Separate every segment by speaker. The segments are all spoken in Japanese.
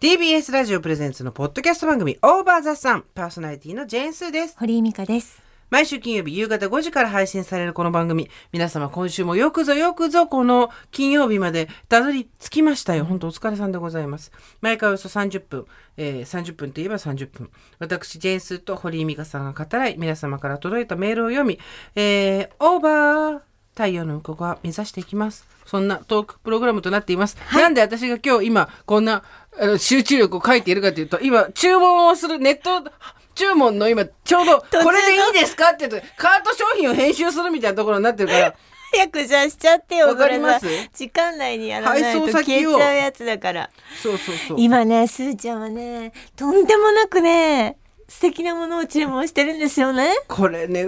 Speaker 1: TBS ラジオプレゼンツのポッドキャスト番組オーバーザさんパーソナリティのジェーンスーです
Speaker 2: 堀井美香です。
Speaker 1: 毎週金曜日夕方5時から配信されるこの番組皆様今週もよくぞよくぞこの金曜日までたどり着きましたよ本当お疲れさんでございます毎回およそ30分、えー、30分といえば30分私ジェーンスーと堀井美香さんが語らい皆様から届いたメールを読み、えー、オーバー太陽の向こう側目指していきますそんなトークプログラムとなっています、なんで私が今日今こんなあの集中力を書いているかというと今注文をするネット注文の今ちょうど
Speaker 2: 途中の
Speaker 1: これでいいですかって言うとカート商品を編集するみたいなところになってるから
Speaker 2: 早くじゃあしちゃってよ。
Speaker 1: わかります
Speaker 2: これは時間内にやらないと
Speaker 1: 配送
Speaker 2: 消え
Speaker 1: 先
Speaker 2: ち
Speaker 1: を
Speaker 2: ゃうやつだから。
Speaker 1: そうそうそう
Speaker 2: 今ね、すーちゃんはね、とんでもなくね、素敵なものを注文してるんですよね。
Speaker 1: これね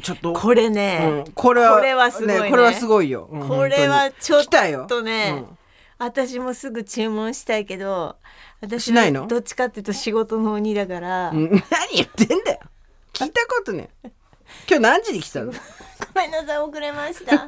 Speaker 1: ちょっと
Speaker 2: これね、
Speaker 1: うんこれは
Speaker 2: これはすごいね
Speaker 1: これはすごいよ、うん
Speaker 2: これはちょ
Speaker 1: 本当に来たよ
Speaker 2: っとね、
Speaker 1: うん
Speaker 2: 私もすぐ注文したいけど、私
Speaker 1: しないの
Speaker 2: どっちかっていうと仕事の鬼だから、
Speaker 1: うん 何言ってんだよ聞いたことね 今日何時に来たの
Speaker 2: ごめんなさい遅れました ちょ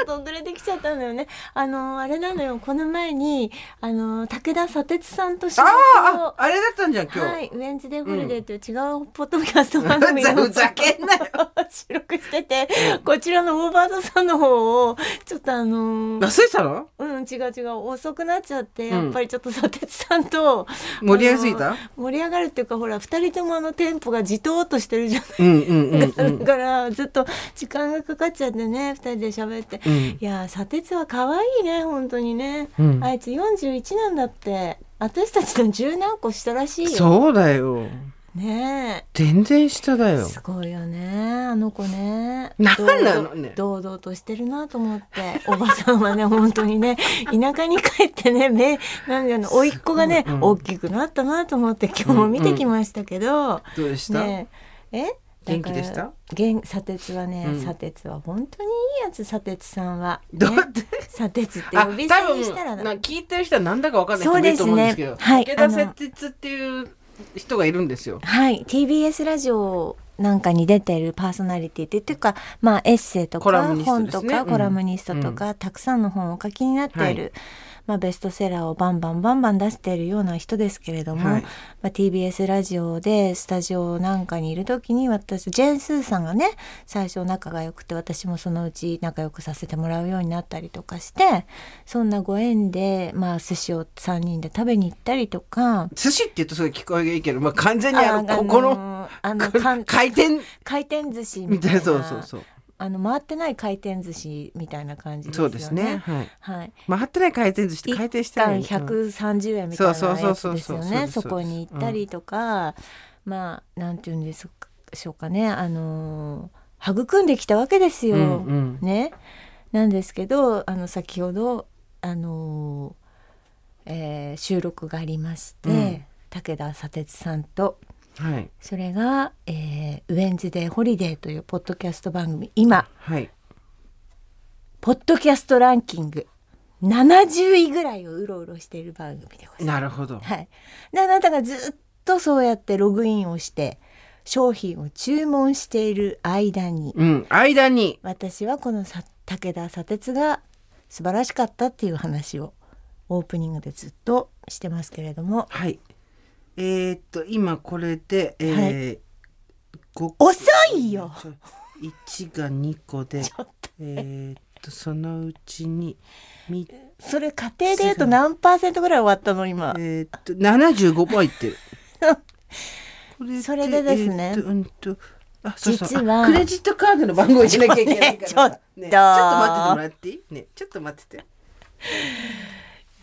Speaker 2: っと遅れてきちゃったんだよねあのあれなのよこの前にあの武田砂鉄さんと仕事
Speaker 1: あ
Speaker 2: を
Speaker 1: あああれだったんじゃん今日、
Speaker 2: はい、ウェンズデーホリデーという違うポッドキャスト番組
Speaker 1: うん
Speaker 2: の
Speaker 1: ふ ざけんなよ
Speaker 2: 収録してて、こちらのオーバーザさんの方をちょっとあのー
Speaker 1: 忘れてたの
Speaker 2: うん違う違う遅くなっちゃって、
Speaker 1: うん
Speaker 2: やっぱりちょっと砂鉄さんと
Speaker 1: 盛り上がりすぎた
Speaker 2: あのー盛り上がるっていうかほら二人ともあのテンポがじとーっとしてるじゃない
Speaker 1: うんうんうんう
Speaker 2: だ
Speaker 1: ん
Speaker 2: からずっと時間がかかっちゃってね二人で喋って、
Speaker 1: うん
Speaker 2: いやー砂鉄は可愛いね本当にね、
Speaker 1: うん
Speaker 2: あいつ41なんだって私たちの十何個したらしいよ
Speaker 1: そうだよ
Speaker 2: ね
Speaker 1: 全然下だ
Speaker 2: え
Speaker 1: よ
Speaker 2: すごいよねあの子ね
Speaker 1: なんなのね
Speaker 2: 堂々堂々としてるなと思っておばさんはね本当にね田舎に帰ってねめなんだろう甥っ子がね、
Speaker 1: すごいうん
Speaker 2: 大きくなったなと思って今日も見てきましたけど、
Speaker 1: どうでした、
Speaker 2: ねえ、え
Speaker 1: 元気でした
Speaker 2: だから元砂鉄はね、
Speaker 1: うん
Speaker 2: 砂鉄は本当にいいやつ砂鉄さんは、ね
Speaker 1: どうやって
Speaker 2: 砂鉄って
Speaker 1: あ、
Speaker 2: 呼
Speaker 1: 多
Speaker 2: び
Speaker 1: 分
Speaker 2: 捨てにしたら
Speaker 1: な
Speaker 2: なん
Speaker 1: か聞いてる人はなんだかわかんない人もいると思うんですけど
Speaker 2: そうですねはい
Speaker 1: 池田
Speaker 2: あの
Speaker 1: 節鉄っていう人がいるんですよ。
Speaker 2: はい TBS ラジオなんかに出ているパーソナリティってっていうか、まあ、エッセイと
Speaker 1: コラム
Speaker 2: か
Speaker 1: ニスト
Speaker 2: 本
Speaker 1: です
Speaker 2: と
Speaker 1: ね
Speaker 2: か
Speaker 1: うん
Speaker 2: コラムニストとか、たくさんの本をお書きになっている、
Speaker 1: はい
Speaker 2: まあ、ベストセラーをバンバンバンバン出しているような人ですけれども、
Speaker 1: はい
Speaker 2: まあ、TBS ラジオでスタジオなんかにいる時に私ジェーン・スーさんがね最初仲が良くて私もそのうち仲良くさせてもらうようになったりとかしてそんなご縁で、まあ、寿司を3人で食べに行ったりとか。
Speaker 1: 寿司って言うとすごい聞こえがいいけど、まあ、完全にあの
Speaker 2: あ
Speaker 1: ここの
Speaker 2: のあのかん
Speaker 1: 回転
Speaker 2: 回転寿司み
Speaker 1: み
Speaker 2: た
Speaker 1: た
Speaker 2: い
Speaker 1: い
Speaker 2: な
Speaker 1: なそうそうそう
Speaker 2: あの回ってない回転寿司みたいな感じです
Speaker 1: そ
Speaker 2: よ
Speaker 1: う
Speaker 2: ね。
Speaker 1: ですね。はい。
Speaker 2: はい。
Speaker 1: 回ってない回転寿司って回転してない。
Speaker 2: 一貫130円みたいなや
Speaker 1: そうそう
Speaker 2: つ
Speaker 1: そう
Speaker 2: ですよ
Speaker 1: そうそう
Speaker 2: ね。
Speaker 1: ですそ
Speaker 2: そ
Speaker 1: うです
Speaker 2: こに行ったりとか、まあなんていうんでしょうかね。あのー育んできたわけです
Speaker 1: う
Speaker 2: よ。
Speaker 1: んうん
Speaker 2: ね。なんですけど、あの先ほどあのーえー収録がありまして、
Speaker 1: うん
Speaker 2: 武田砂鉄さんと
Speaker 1: はい
Speaker 2: それが、えーウェンズデーホリデーというポッドキャスト番組今
Speaker 1: はい。
Speaker 2: ポッドキャストランキング70位ぐらいをうろうろしている番組でございま
Speaker 1: なるほど
Speaker 2: す。。はい、であなたがずっとそうやってログインをして商品を注文している間に
Speaker 1: うん。間に
Speaker 2: 私はこのさ武田砂鉄が素晴らしかったっていう話をオープニングでずっとしてますけれども
Speaker 1: はい。えー、っと今これでえーご
Speaker 2: 遅いよ
Speaker 1: ちょ一が二個で
Speaker 2: ちょっと
Speaker 1: えー、っとそのうちに三つ
Speaker 2: それ家庭で言うと何パーセントぐらい終わったの今。
Speaker 1: えーっと75倍いってる。これ
Speaker 2: それでですね
Speaker 1: えーっとうんとあそうそう
Speaker 2: 実は
Speaker 1: あクレジットカードの番号入れなきゃいけないからさ。
Speaker 2: ちょっとね
Speaker 1: ねちょっと待っててもらっていい？ねちょっと待ってて。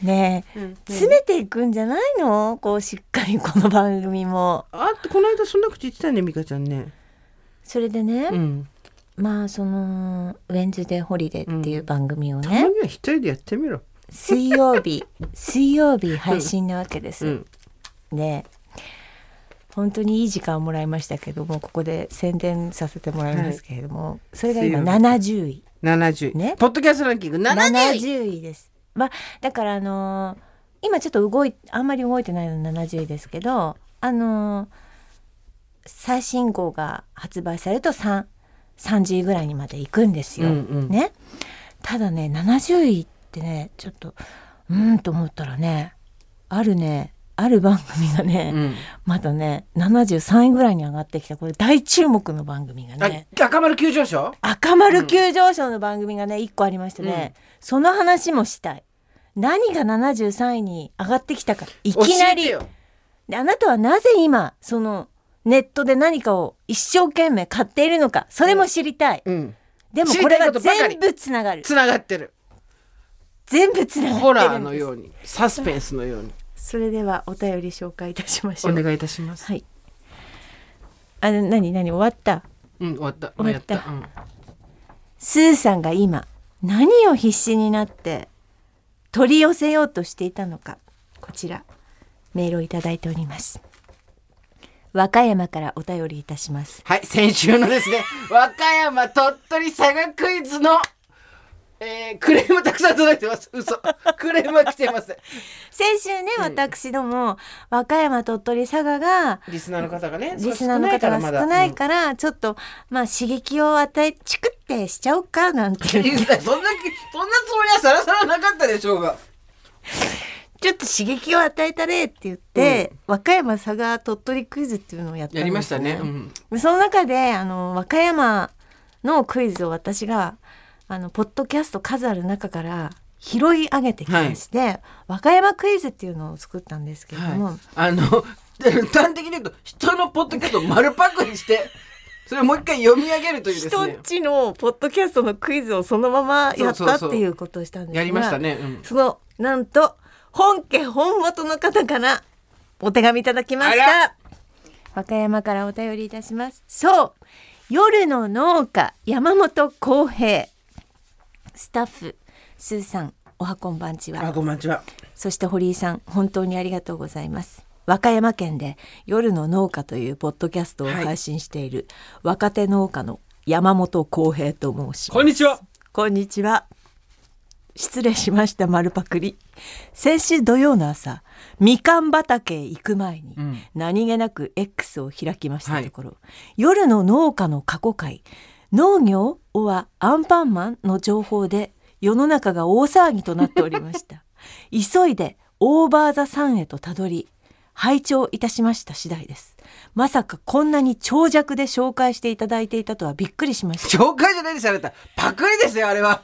Speaker 2: ねえ
Speaker 1: うんね
Speaker 2: 詰めていくんじゃないのこうしっかりこの番組も。
Speaker 1: あってこの間そんな口言ってたね美香ちゃんね。
Speaker 2: それでね、
Speaker 1: うん。
Speaker 2: まあその「ウェンズデーホリデー」っていう番組を
Speaker 1: たま
Speaker 2: ね、
Speaker 1: には一人でやってみろ。
Speaker 2: 水曜 日水曜日配信なわけです。
Speaker 1: うん。
Speaker 2: で本当にいい時間をもらいましたけどもここで宣伝させてもらいますけれども、それが今
Speaker 1: 水曜日
Speaker 2: 70位
Speaker 1: 70。
Speaker 2: ね
Speaker 1: ポッドキャストランキング70。
Speaker 2: 70位です。まあだからあのー今ちょっと動いあんまり動いてないの70位ですけどあのー最新号が発売されると3 30位ぐらいにまで行くんですよ。
Speaker 1: うんうん
Speaker 2: ね、ただね70位ってねちょっとうーんと思ったらねあるねある番組がね、
Speaker 1: うん
Speaker 2: まだね73位ぐらいに上がってきたこれ大注目の番組が
Speaker 1: あ
Speaker 2: ね
Speaker 1: 赤丸急上昇
Speaker 2: 赤丸急上昇の番組がね1個ありましてね、その話もしたい何が73位に上がってきたかい
Speaker 1: 教
Speaker 2: きな
Speaker 1: えて
Speaker 2: り
Speaker 1: よ
Speaker 2: であなたはなぜ今そのネットで何かを一生懸命買っているのかそれも知りたい、
Speaker 1: うん
Speaker 2: でもこれは
Speaker 1: 知りたいことばかり
Speaker 2: 全部つながる
Speaker 1: つながってる
Speaker 2: 全部つながってるんです
Speaker 1: ホラーのようにサスペンスのように
Speaker 2: それではお便り紹介いたしましょ
Speaker 1: お
Speaker 2: う
Speaker 1: 願いいたします
Speaker 2: はいあの何何終わった
Speaker 1: うん終わった
Speaker 2: 終わった
Speaker 1: やうん
Speaker 2: スーさんが今何を必死になって取り寄せようとしていたのかこちらメールをいただいております和歌山からお便りいたします
Speaker 1: はい、先週 のですね、和歌山、鳥取、佐賀クイズの、えー、クレームたくさん届いてます。嘘。クレームは来てません。
Speaker 2: 先週ね私ども和歌山鳥取佐賀が
Speaker 1: リスナーの方がね、
Speaker 2: リスナーの方が少ないからちょっとまあ刺激を与えチクってしちゃおうかなんて
Speaker 1: らまだ。
Speaker 2: いう
Speaker 1: うんいやそんな、そんなつもりはさらさらなかったでしょうが。
Speaker 2: ちょっと刺激を与えたれって言って、和歌山佐賀鳥取クイズっていうのをやったんです
Speaker 1: やりましたね。うん。
Speaker 2: でその中であの和歌山のクイズを私があのポッドキャスト数ある中から拾い上げてきまして、和歌山クイズっていうのを作ったんですけれども、
Speaker 1: はい。あの、端的に言うと、人のポッドキャストを丸パクリして、それをもう一回読み上げるというです
Speaker 2: 人ん
Speaker 1: ね。
Speaker 2: ちのポッドキャストのクイズをそのままやっ
Speaker 1: そうそ
Speaker 2: たっ
Speaker 1: う
Speaker 2: て
Speaker 1: そう
Speaker 2: いうことをしたんですが
Speaker 1: やりましたね。うん。
Speaker 2: そのなんと本家本元の方からお手紙いただきまし
Speaker 1: あ
Speaker 2: た和歌山からお便りいたしますそう夜の農家山本浩平スタッフスーさんおはこんばんち
Speaker 1: あ、
Speaker 2: は
Speaker 1: ごめんちは。
Speaker 2: そして堀井さん本当にありがとうございます和歌山県で夜の農家というポッドキャストを配信している若手農家の山本浩平と申します
Speaker 3: こんにちは。
Speaker 2: こんにちは。失礼しました、丸パクリ。先週土曜の朝、みかん畑へ行く前に、
Speaker 1: ん
Speaker 2: 何気なく X を開きました
Speaker 1: はい
Speaker 2: ところ、夜の農家の過去回、農業おはアンパンマンの情報で世の中が大騒ぎとなっておりました。 急いでオーバーザさんへとたどり、拝聴いたしました次第です。まさかこんなに長尺で紹介していただいていたとはびっくりしました。
Speaker 1: 紹介じゃないですよ、あなた。パクリですよ、あれは。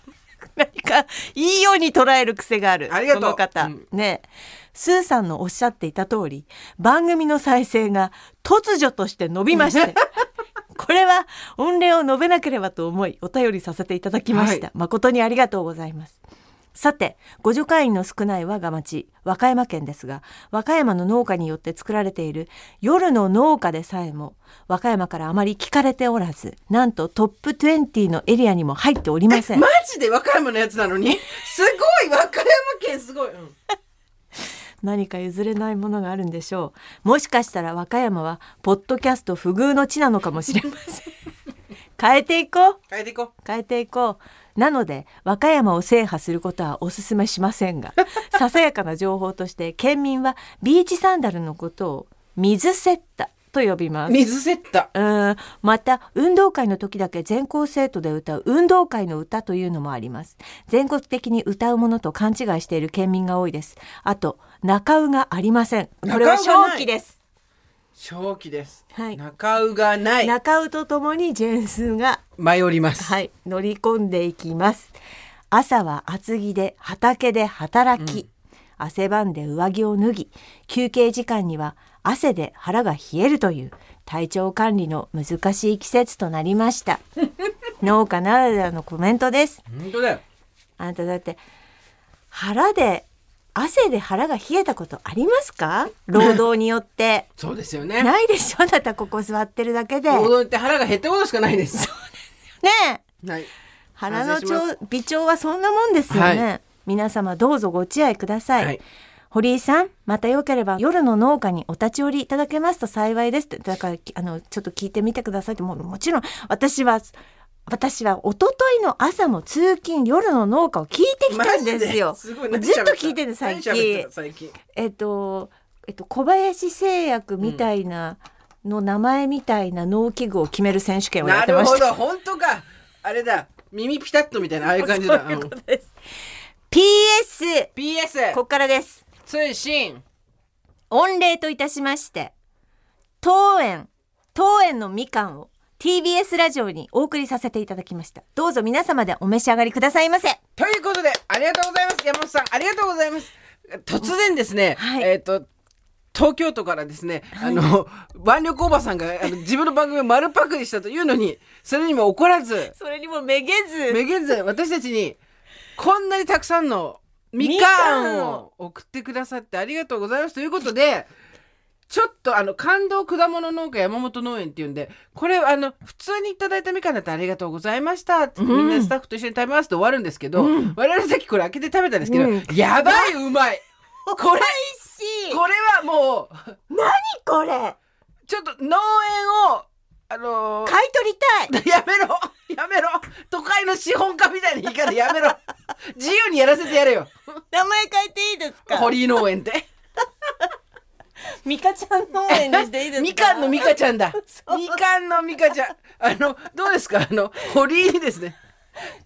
Speaker 2: 何かいいように捉える癖がある
Speaker 1: ありがとう
Speaker 2: この方、
Speaker 1: うん
Speaker 2: ねえスーさんのおっしゃっていた通り番組の再生が突如として伸びま してこれは御礼を述べなければと思いお便りさせていただきました、
Speaker 1: は
Speaker 2: 誠にありがとうございますさてご助会員の少ない我が町和歌山県ですが和歌山の農家によって作られている夜の農家でさえも和歌山からあまり聞かれておらずなんとトップ20のエリアにも入っておりま せん
Speaker 1: マジで和歌山のやつな のにすごい和歌山県すごい、うん
Speaker 2: 何か譲れないものがあるんでしょうもしかしたら和歌山はポッドキャスト不遇の地なのかもしれません変えていこう
Speaker 1: 変えていこ
Speaker 2: 変えていこうなので和歌山を制覇することはお勧めしませんがささやかな情報として県民はビーチサンダルのことを水セッタと呼びま
Speaker 1: う
Speaker 2: す
Speaker 1: 水セッタ
Speaker 2: うーんまた運動会の時だけ全校生徒で歌う運動会の歌というのもあります全国的に歌うものと勘違いしている県民が多いですあと中うがありませんこれは
Speaker 1: 中うがない
Speaker 2: 正気です
Speaker 1: 正気です、
Speaker 2: はい
Speaker 1: 中うがない
Speaker 2: 中うとともにジェンスーが
Speaker 1: 迷ります、
Speaker 2: はい、乗り込んでいきます。朝は厚着で畑で働き、汗ばんで上着を脱ぎ、休憩時間には汗で腹が冷えるという体調管理の難しい季節となりました。農家ならではのコメントです。
Speaker 1: 本当だよ
Speaker 2: あなただって腹で汗で腹が冷えたことありますか労働によって。
Speaker 1: そうですよね
Speaker 2: ないでしょあなたここ座ってるだけで。
Speaker 1: 行
Speaker 2: ね
Speaker 1: 動って腹が減ったことしかないです
Speaker 2: え
Speaker 1: はい
Speaker 2: 腹の
Speaker 1: 反省しま
Speaker 2: 調微調はそんなもんですよね、
Speaker 1: は
Speaker 2: 皆様どうぞご自愛ください、
Speaker 1: はい
Speaker 2: 堀井さんまたよければ夜の農家にお立ち寄りいただけますと幸いですってだからきあのちょっと聞いてみてくださいってもうもちろん私は私は一昨日の朝も通勤夜の農家を聞いてきたんですよ
Speaker 1: すごい
Speaker 2: ずっ
Speaker 1: 何喋
Speaker 2: と
Speaker 1: た
Speaker 2: 聞いてる最
Speaker 1: 何喋って
Speaker 2: 近
Speaker 1: た最近
Speaker 2: えっと、えっと、小林製薬みたいな、の名前みたいな農機具を決める選手権をや
Speaker 1: な
Speaker 2: って
Speaker 1: る
Speaker 2: まし
Speaker 1: ほ
Speaker 2: た
Speaker 1: ど本当かあれだ耳ピタッとみたいなああいう感じだ
Speaker 2: そういうこ
Speaker 1: う
Speaker 2: と
Speaker 1: ん
Speaker 2: です。PS、
Speaker 1: PS
Speaker 2: ここからです。
Speaker 1: 通信
Speaker 2: 御礼といたしまして当園当園のみかんを TBS ラジオにお送りさせていただきましたどうぞ皆様でお召し上がりくださいませ
Speaker 1: ということでありがとうございます山本さんありがとうございます突然ですね、
Speaker 2: はい
Speaker 1: えっ、と東京都からですね、あの 万力おばさんがあの自分の番組を丸パクリしたというのにそれにも怒らず
Speaker 2: それにもめげず
Speaker 1: めげず私たちにこんなにたくさんのみかんを送ってくださってありがとうございますということでちょっとあの感動果物農家山本農園っていうんでこれあの普通にいただいたみかんだってありがとうございましたって、みんなスタッフと一緒に食べますと終わるんですけど、我々さっきこれ開けて食べたんですけど、
Speaker 2: うん
Speaker 1: やばいうまいこれ
Speaker 2: しい
Speaker 1: これはもう
Speaker 2: これ
Speaker 1: ちょっと農園をあのー
Speaker 2: 買い取りたい
Speaker 1: やめろやめろ都会の資本家みたいな言い方やめろ自由にやらせてやれよ
Speaker 2: 名前変えていいですか
Speaker 1: 堀井農園って
Speaker 2: ミカちゃん農園にしていいですか
Speaker 1: みかんのみかちゃんだ
Speaker 2: そう
Speaker 1: みかんのみかちゃんあのどうですかあの堀井ですね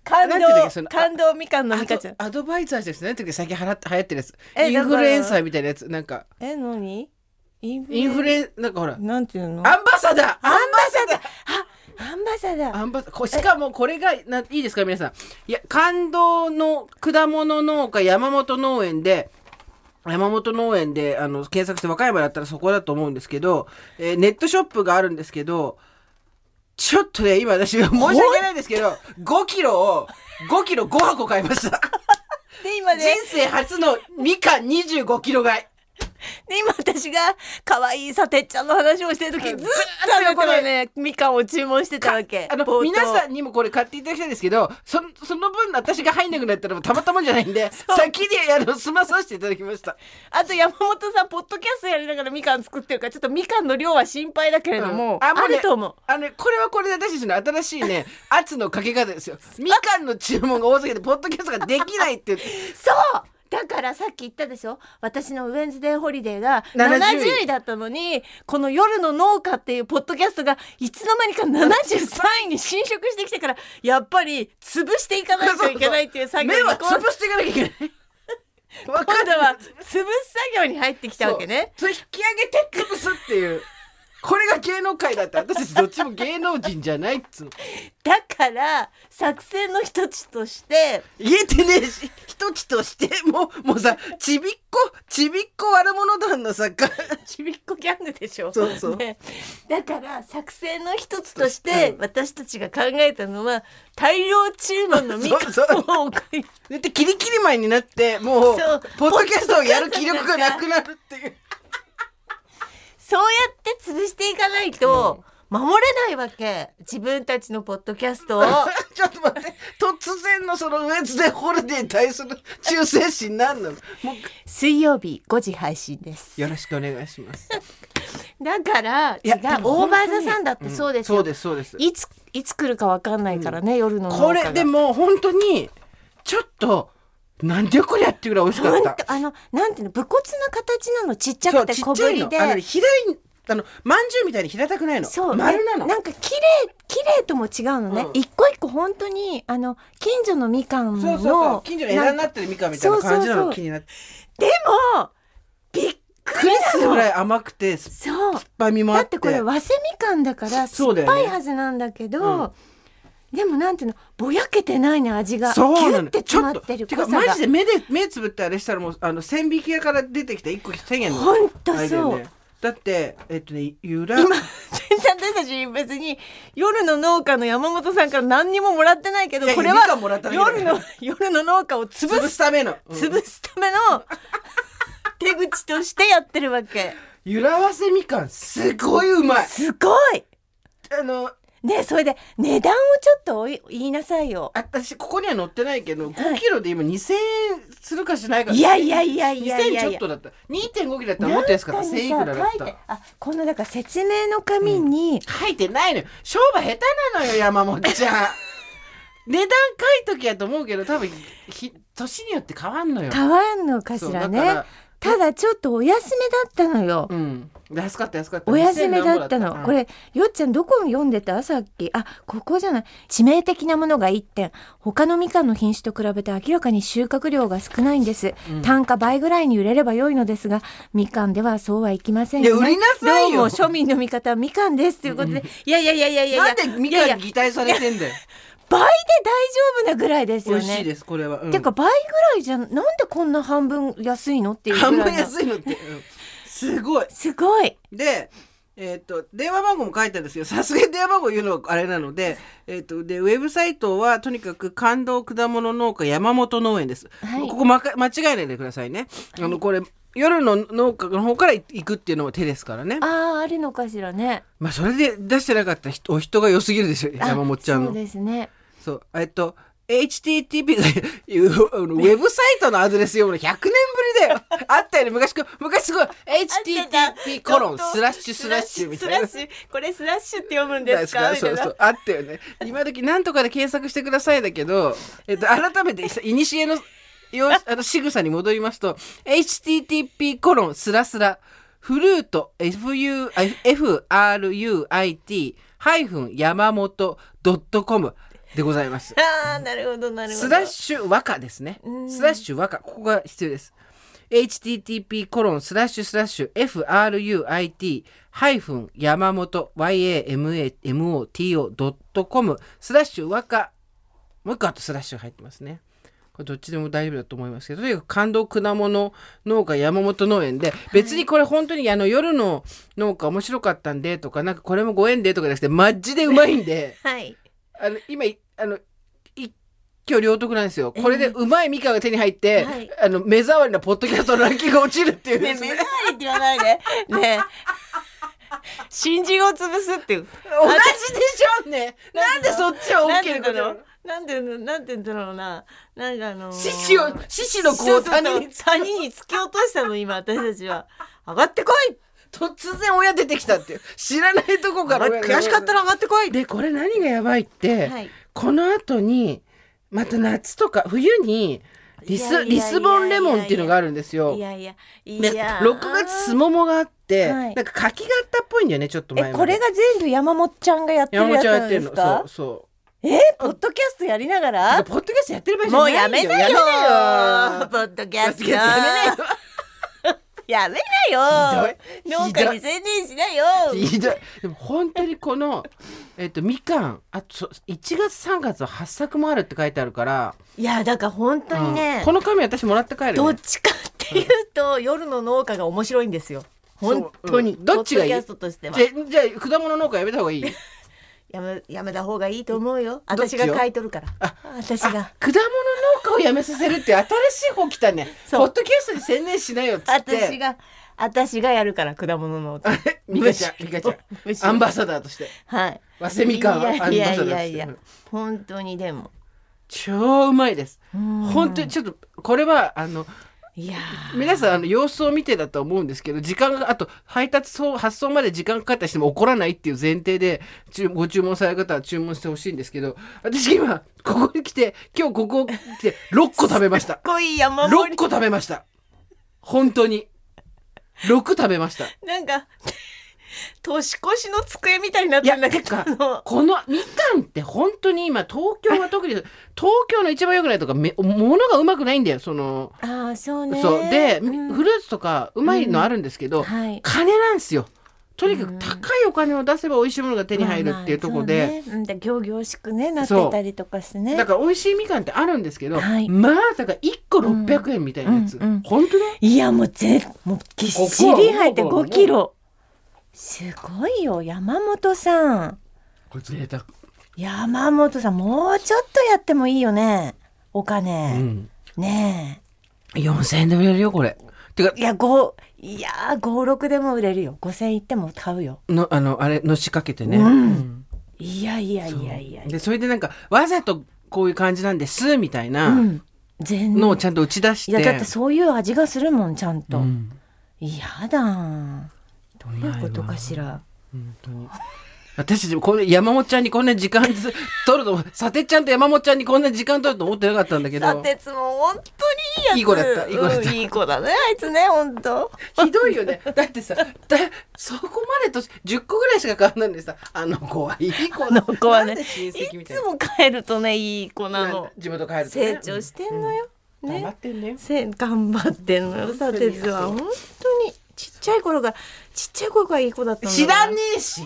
Speaker 2: 感
Speaker 1: なんていうんだっけそ
Speaker 2: 動
Speaker 1: の
Speaker 2: 感動みかんの
Speaker 1: ア
Speaker 2: み
Speaker 1: ド
Speaker 2: かちゃん
Speaker 1: アドバイザーじゃなくて何ていうか最近はら流行ってるやつ
Speaker 2: え
Speaker 1: インフルエンサーみたいなやつなんか
Speaker 2: え何インフレ
Speaker 1: インフルエンなんかほらアン
Speaker 2: なんていうの
Speaker 1: バサダーアンバサダー
Speaker 2: アンバサダー
Speaker 1: アンバサこしかもこれがないいですか皆さんいや感動の果物農家山本農園で山本農園であの検索して和歌山だったらそこだと思うんですけど、えーネットショップがあるんですけどちょっとね今私申し訳ないんですけど5キロを5キロ5箱買いました
Speaker 2: で今
Speaker 1: 人
Speaker 2: ね
Speaker 1: 生初のみかん25キロ買い
Speaker 2: で今私が可愛いさてっちゃんの話をしてる時ずっとあの頃ね みかんを注文してたわけ
Speaker 1: あの
Speaker 2: 冒頭
Speaker 1: 皆さんにもこれ買っていただきたいんですけどそその分私が入んなくなったらたまったまじゃないんで
Speaker 2: そう
Speaker 1: 先にあの済まさせていただきました。
Speaker 2: あと山本さんポッドキャストやりながらみかん作ってるからちょっとみかんの量は心配だけれども、
Speaker 1: うん
Speaker 2: あ
Speaker 1: あもうね
Speaker 2: ると思う
Speaker 1: あのねこれはこれで私たちの新しいね 圧のかけ方ですよみかんの注文が多すぎてポッドキャストができないっていう
Speaker 2: そうだからさっき言ったでしょ私のウェンズデーホリデーが
Speaker 1: 70
Speaker 2: 70位だったのにこの「夜の農家」っていうポッドキャストがいつの間にか73位に侵食してきてからやっぱり潰していかないといけないっていう作業に
Speaker 1: 目は
Speaker 2: 今
Speaker 1: 潰していかなきゃいけないわ
Speaker 2: 今
Speaker 1: ん
Speaker 2: 度
Speaker 1: ない
Speaker 2: は潰す作業に入ってきたわけね。
Speaker 1: そうそれ引き上げて潰すっていうこれが芸能界だって私たちどっちも芸能人じゃないっつうの
Speaker 2: だから作戦の一つとして
Speaker 1: 言えてねえし一つとしてもうもうさちびっこちびっこ悪者団のさか
Speaker 2: ちびっこギャングでしょ
Speaker 1: そうそう
Speaker 2: ね、だから作戦の一つとし
Speaker 1: う
Speaker 2: て
Speaker 1: ん
Speaker 2: 私たちが考えたのは大量注文のミ
Speaker 1: そうそ
Speaker 2: カンを送り
Speaker 1: だってキリキリ前になってもう
Speaker 2: そう
Speaker 1: ポッドキャストをやる気力がなくなるっていう
Speaker 2: そうやって潰していかないと守れないわけ自分たちのポッドキャス トを
Speaker 1: ちょっと待って突然のそのウェズデーホルデーに対する忠誠心なんなのもう
Speaker 2: 水曜日5時配信です
Speaker 1: よろしくお願いします
Speaker 2: だから
Speaker 1: いや
Speaker 2: 違う
Speaker 1: でも
Speaker 2: オー
Speaker 1: 本
Speaker 2: バ
Speaker 1: 当
Speaker 2: ー
Speaker 1: に
Speaker 2: ザさんだってそうですよ、
Speaker 1: そうですそうです
Speaker 2: いついつ来るかわかんないからね、夜の農家が
Speaker 1: これでも本当にちょっとなんでこりゃっていうぐらい美味しか
Speaker 2: ほん
Speaker 1: っ
Speaker 2: と
Speaker 1: た
Speaker 2: あのなんていうの武骨な形なのちっちゃ
Speaker 1: そ
Speaker 2: く
Speaker 1: う
Speaker 2: て
Speaker 1: ち
Speaker 2: 小
Speaker 1: っちゃ
Speaker 2: ぶ
Speaker 1: い
Speaker 2: り
Speaker 1: の
Speaker 2: で
Speaker 1: あの平いあのまんじゅうみたいに平たくないの
Speaker 2: そう
Speaker 1: 丸な
Speaker 2: ね
Speaker 1: の
Speaker 2: なんか綺麗綺麗とも違うのね、
Speaker 1: うん
Speaker 2: 一個一個本当にあの近所のみかんの
Speaker 1: そうそうそう近所の枝にな
Speaker 2: なん
Speaker 1: ってるみかんみたいな感
Speaker 2: そう
Speaker 1: じな
Speaker 2: そうそ
Speaker 1: の
Speaker 2: う
Speaker 1: 気になって
Speaker 2: でもびっく
Speaker 1: ク
Speaker 2: り
Speaker 1: リス
Speaker 2: な
Speaker 1: ぐ
Speaker 2: の
Speaker 1: らい甘くて酸っ
Speaker 2: そう
Speaker 1: ぱみもあ
Speaker 2: だ
Speaker 1: っ
Speaker 2: っててこれ和製みかんだから
Speaker 1: そ
Speaker 2: 酸
Speaker 1: うだ
Speaker 2: っ
Speaker 1: よね
Speaker 2: ぱいはずなんだけどでもなんていうのぼやけてないね味が
Speaker 1: そうな
Speaker 2: ギュ
Speaker 1: の
Speaker 2: ッて
Speaker 1: ち
Speaker 2: 詰
Speaker 1: ょ
Speaker 2: ま
Speaker 1: っ
Speaker 2: っ
Speaker 1: と
Speaker 2: てる
Speaker 1: て
Speaker 2: 濃
Speaker 1: か
Speaker 2: さが
Speaker 1: マジで目で目つぶってあれしたらもうあの千匹屋から出てきた一個千円の
Speaker 2: ほんと
Speaker 1: あれだよ
Speaker 2: そう、
Speaker 1: ねだってえっとねゆら
Speaker 2: 今全然私たち別に夜の農家の山本さんから何にももらってないけど
Speaker 1: いやい
Speaker 2: こ
Speaker 1: や
Speaker 2: れ
Speaker 1: みかんもらっ
Speaker 2: は
Speaker 1: ただけだから
Speaker 2: 夜の夜の農家を潰
Speaker 1: 潰
Speaker 2: す
Speaker 1: すためのうん
Speaker 2: 潰すための 手口としてやってるわけ
Speaker 1: ゆらわせみかんすごいうまい
Speaker 2: すごい
Speaker 1: あの
Speaker 2: ねえそれで値段をちょっとおい言いなさいよ
Speaker 1: あ私ここには載ってないけど5キロで今2000円するかしないか
Speaker 2: いやいやいやいやいやい
Speaker 1: 2000ちょ
Speaker 2: や
Speaker 1: っとだった2.5キロだったらもっと安かった
Speaker 2: なんか
Speaker 1: 1000
Speaker 2: に
Speaker 1: い
Speaker 2: さ
Speaker 1: くらだっ
Speaker 2: 書いて
Speaker 1: た
Speaker 2: あこのだから説明の紙に、
Speaker 1: 書いてないのよ商売下手なのよ山本 ちゃん値段書いときやと思うけど多分ひ年によって変わんのよ
Speaker 2: 変わんのかしら
Speaker 1: そうだ
Speaker 2: ね
Speaker 1: か
Speaker 2: ただちょっとお休みだったのよ。
Speaker 1: うん。で安かった安かった。
Speaker 2: お休みだった
Speaker 1: 2000
Speaker 2: の。
Speaker 1: 何
Speaker 2: これ、よっちゃんどこ読んでたさっき。あ、ここじゃない。致命的なものが1点。他のみかんの品種と比べて明らかに収穫量が少ないんです。
Speaker 1: うん
Speaker 2: 単価倍ぐらいに売れれば良いのですが、みかんではそうはいきません
Speaker 1: いや売りなさいよ
Speaker 2: どうも庶民の味方はみかんです。ということで。いやいやいやいやいやいや。
Speaker 1: なんでみ
Speaker 2: いやい
Speaker 1: か
Speaker 2: や
Speaker 1: んに擬態されてんだよ。
Speaker 2: 倍で大丈夫なぐらいです
Speaker 1: 美
Speaker 2: よ
Speaker 1: 味しい
Speaker 2: ね。
Speaker 1: ですこれは。うん
Speaker 2: てか倍ぐらいじゃん、なんでこんな半分安いのっていうぐらい
Speaker 1: 半
Speaker 2: の。
Speaker 1: 分安いのって。うんすごい。
Speaker 2: すごい。
Speaker 1: で、えっと電話番号も書いてあるんですけどさすがに電話番号言うのはあれなので,、えっとでウェブサイトはとにかく感動果物農家山本農園です、
Speaker 2: はい
Speaker 1: ここ、まか、間違えないでくださいね、あのこれ夜の農家の方から行くっていうのも手ですからね
Speaker 2: ああ、あるのかしらね。
Speaker 1: まあそれで出してなかった人お人が良すぎるですよ
Speaker 2: あ
Speaker 1: 山本ちゃんの
Speaker 2: そうですね。
Speaker 1: そうえっと HTTP がいうあのウ ェブサイトのアドレス読むの100年ぶりだよ あったよね昔こ昔すごい HTTP コロンスラッシュスラッシュみたいな
Speaker 2: スラッシュこれスラッシュって読むん
Speaker 1: そうそうあったよね今時なんとかで検索してくださいだけど、えっと、改めていにしえのよあの仕草に戻りますと http コロンスラスラフルート FU あ fruit ハイフン山本ドットコムでございます
Speaker 2: ああ、なるほど、なるほど。
Speaker 1: スラッシュ和歌ですね
Speaker 2: うん
Speaker 1: スラッシュ和歌ここが必要です http コロンスラッシュスラッシュ fruit ハイフン山本 yamoto.com スラッシュ和歌もう一個あとスラッシュ入ってますねこれどっちでも大丈夫だと思いますけどとにかく感動果物農家山本農園で別にこれ本当にあの夜の農家面白かったんでとかなんかこれもご縁でとかじゃなくてマジでうまいんで。
Speaker 2: はい。
Speaker 1: あの今いあの一挙両得なんですよ。これでうまいみかんが手に入って、
Speaker 2: はい
Speaker 1: あの目障りなポッドキャストのランキングが落ちるっていう
Speaker 2: ね、
Speaker 1: で
Speaker 2: 目
Speaker 1: す
Speaker 2: 障
Speaker 1: ね。
Speaker 2: りって言わないで。ねえ。新人を潰すっていう。
Speaker 1: 同じでしょうね。なんでそっちは
Speaker 2: なん
Speaker 1: OK
Speaker 2: て
Speaker 1: な
Speaker 2: だろ
Speaker 1: の
Speaker 2: う。なんてなんて言うんだろうな。なんかあのー。
Speaker 1: 獅子を獅子の子を他
Speaker 2: そうそう
Speaker 1: に
Speaker 2: そう谷に突き落としたの、今、私たち は。上がってこい
Speaker 1: 突然親出てきたっていう知らないとこから
Speaker 2: 上がっ
Speaker 1: 親が
Speaker 2: 悔しかったら上がってこい
Speaker 1: でこれ何がやばいって、
Speaker 2: はい
Speaker 1: この後にまた夏とか冬にリス
Speaker 2: いやいやいやいや
Speaker 1: リスボンレモンっていうのがあるんですよ。
Speaker 2: いやいや、い
Speaker 1: で
Speaker 2: や。
Speaker 1: 6月すももがあって、
Speaker 2: はい
Speaker 1: なんか柿があったっぽいんだよねちょっと前ま
Speaker 2: え、
Speaker 1: で
Speaker 2: これが全部山本ちゃんがやって
Speaker 1: 山
Speaker 2: る
Speaker 1: 本
Speaker 2: やつ
Speaker 1: ちゃんや
Speaker 2: なん
Speaker 1: って
Speaker 2: で
Speaker 1: る
Speaker 2: す
Speaker 1: の
Speaker 2: か
Speaker 1: そうそ
Speaker 2: えポッドキャストやりなが
Speaker 1: うだから
Speaker 2: ら
Speaker 1: ポッドキャストやってる場合じゃ
Speaker 2: も
Speaker 1: な
Speaker 2: う
Speaker 1: いよ
Speaker 2: やめなよ
Speaker 1: やめなよ
Speaker 2: ポッドキャスト
Speaker 1: やめなよ
Speaker 2: やめなよ農家に専念しなよ
Speaker 1: ひどいでも本当にこの、 えっと、みかんあとそ1月3月は8作もあるって書いてあるから、
Speaker 2: いやだから本当にね、
Speaker 1: うんこの紙私もらって帰る、ね、
Speaker 2: どっちかっていうと、夜の農家が面白いんですよ本当に、
Speaker 1: そううんどっちがいい
Speaker 2: ポッドキャストとしては
Speaker 1: じゃじゃあ果物農家やめた方がいい
Speaker 2: やめやめた方がいいと思うよ
Speaker 1: どっち
Speaker 2: 私
Speaker 1: よ
Speaker 2: が買い取るから
Speaker 1: あ
Speaker 2: 私
Speaker 1: あ果
Speaker 2: が
Speaker 1: 物農家をやめさせるって新しい方来たね
Speaker 2: そ
Speaker 1: ポ
Speaker 2: う
Speaker 1: ッドキャストに専念しないよっつって
Speaker 2: 私が私がやるから果物農 家
Speaker 1: みかちゃんみかちゃん
Speaker 2: むしろ
Speaker 1: アンバサダーとして
Speaker 2: はい
Speaker 1: わせみかんアンバサダーとして
Speaker 2: いやいやいやいや本当にでも
Speaker 1: 超うまいです本当
Speaker 2: に
Speaker 1: にちょっとこれはあの
Speaker 2: いやー
Speaker 1: 皆さんあの様子を見てだと思うんですけど時間があと配達そう発送まで時間かかったりしても怒らないっていう前提で注ご注文される方は注文してほしいんですけど私今ここに来て今日ここ来て6個食べま した
Speaker 2: すっごい山盛
Speaker 1: 6
Speaker 2: り
Speaker 1: 個食べました本当に6食べました
Speaker 2: なんか 年越しの机みたいになっ
Speaker 1: い
Speaker 2: て
Speaker 1: や
Speaker 2: んだけ
Speaker 1: て
Speaker 2: ど
Speaker 1: か
Speaker 2: あの
Speaker 1: このみかんって本当に今東京は特に東京の一番良くないとかめ物がうまくないんだよその
Speaker 2: あーそうね
Speaker 1: そうで、
Speaker 2: うん
Speaker 1: フルーツとかうまいのあるんですけど、
Speaker 2: はい
Speaker 1: 金なんですよとにかく高いお金を出せば美味しいものが手に入るっていうところで、
Speaker 2: まあまあそうねうんだから仰々しくねなってたりとかしてね
Speaker 1: だから美味しいみかんってあるんですけど、
Speaker 2: はい
Speaker 1: まあだから1個600円みたいなやつ、
Speaker 2: うんうんうん
Speaker 1: 本当ね
Speaker 2: いやもうぜもうぎっしり入って5キロすごいよ山本さん
Speaker 1: これ贅沢、
Speaker 2: 山本さんもうちょっとやってもいいよねお
Speaker 1: う
Speaker 2: 金、
Speaker 1: ん、
Speaker 2: ね
Speaker 1: 4000円で売れるよこれてか
Speaker 2: えいや5いやー56でも売れるよ5,000いっても買うよ
Speaker 1: のあのあれのしかけてね、
Speaker 2: うん
Speaker 1: うん
Speaker 2: いやいやいやいやいや
Speaker 1: でそれでなんかわざとこういう感じなんですみたいうなん
Speaker 2: 全然
Speaker 1: のをちゃんと打ち出し
Speaker 2: い
Speaker 1: て、
Speaker 2: やだってそういう味がするもんちゃんと、
Speaker 1: うん
Speaker 2: やだんどういうことかしら
Speaker 1: 本当に私たちもこんな山本ちゃんにこんな時間 ず取ると思う佐てちゃんと山本ちゃんにこんな時間取ると思ってなかったんだけど
Speaker 2: さてつも本当にいいやつ
Speaker 1: いい子だったいい子だった
Speaker 2: うんいい子だねあいつね本当
Speaker 1: ひどいよね。 だってさ、だそこまでと10個ぐらいしか変わんないんでさ、あの子はいい子
Speaker 2: あの子はね
Speaker 1: なんで親
Speaker 2: い
Speaker 1: 戚みたい
Speaker 2: つ
Speaker 1: な。
Speaker 2: も帰るとねいい子なの
Speaker 1: 地元帰ると、ね、
Speaker 2: 成長してんのよ、
Speaker 1: うん。頑張
Speaker 2: ね
Speaker 1: ってんね。
Speaker 2: せん頑張ってんのよさ
Speaker 1: 本当
Speaker 2: て
Speaker 1: に
Speaker 2: つは本当にちっちゃい頃がちっちゃい頃からいい子だったんだ
Speaker 1: 知らねえし。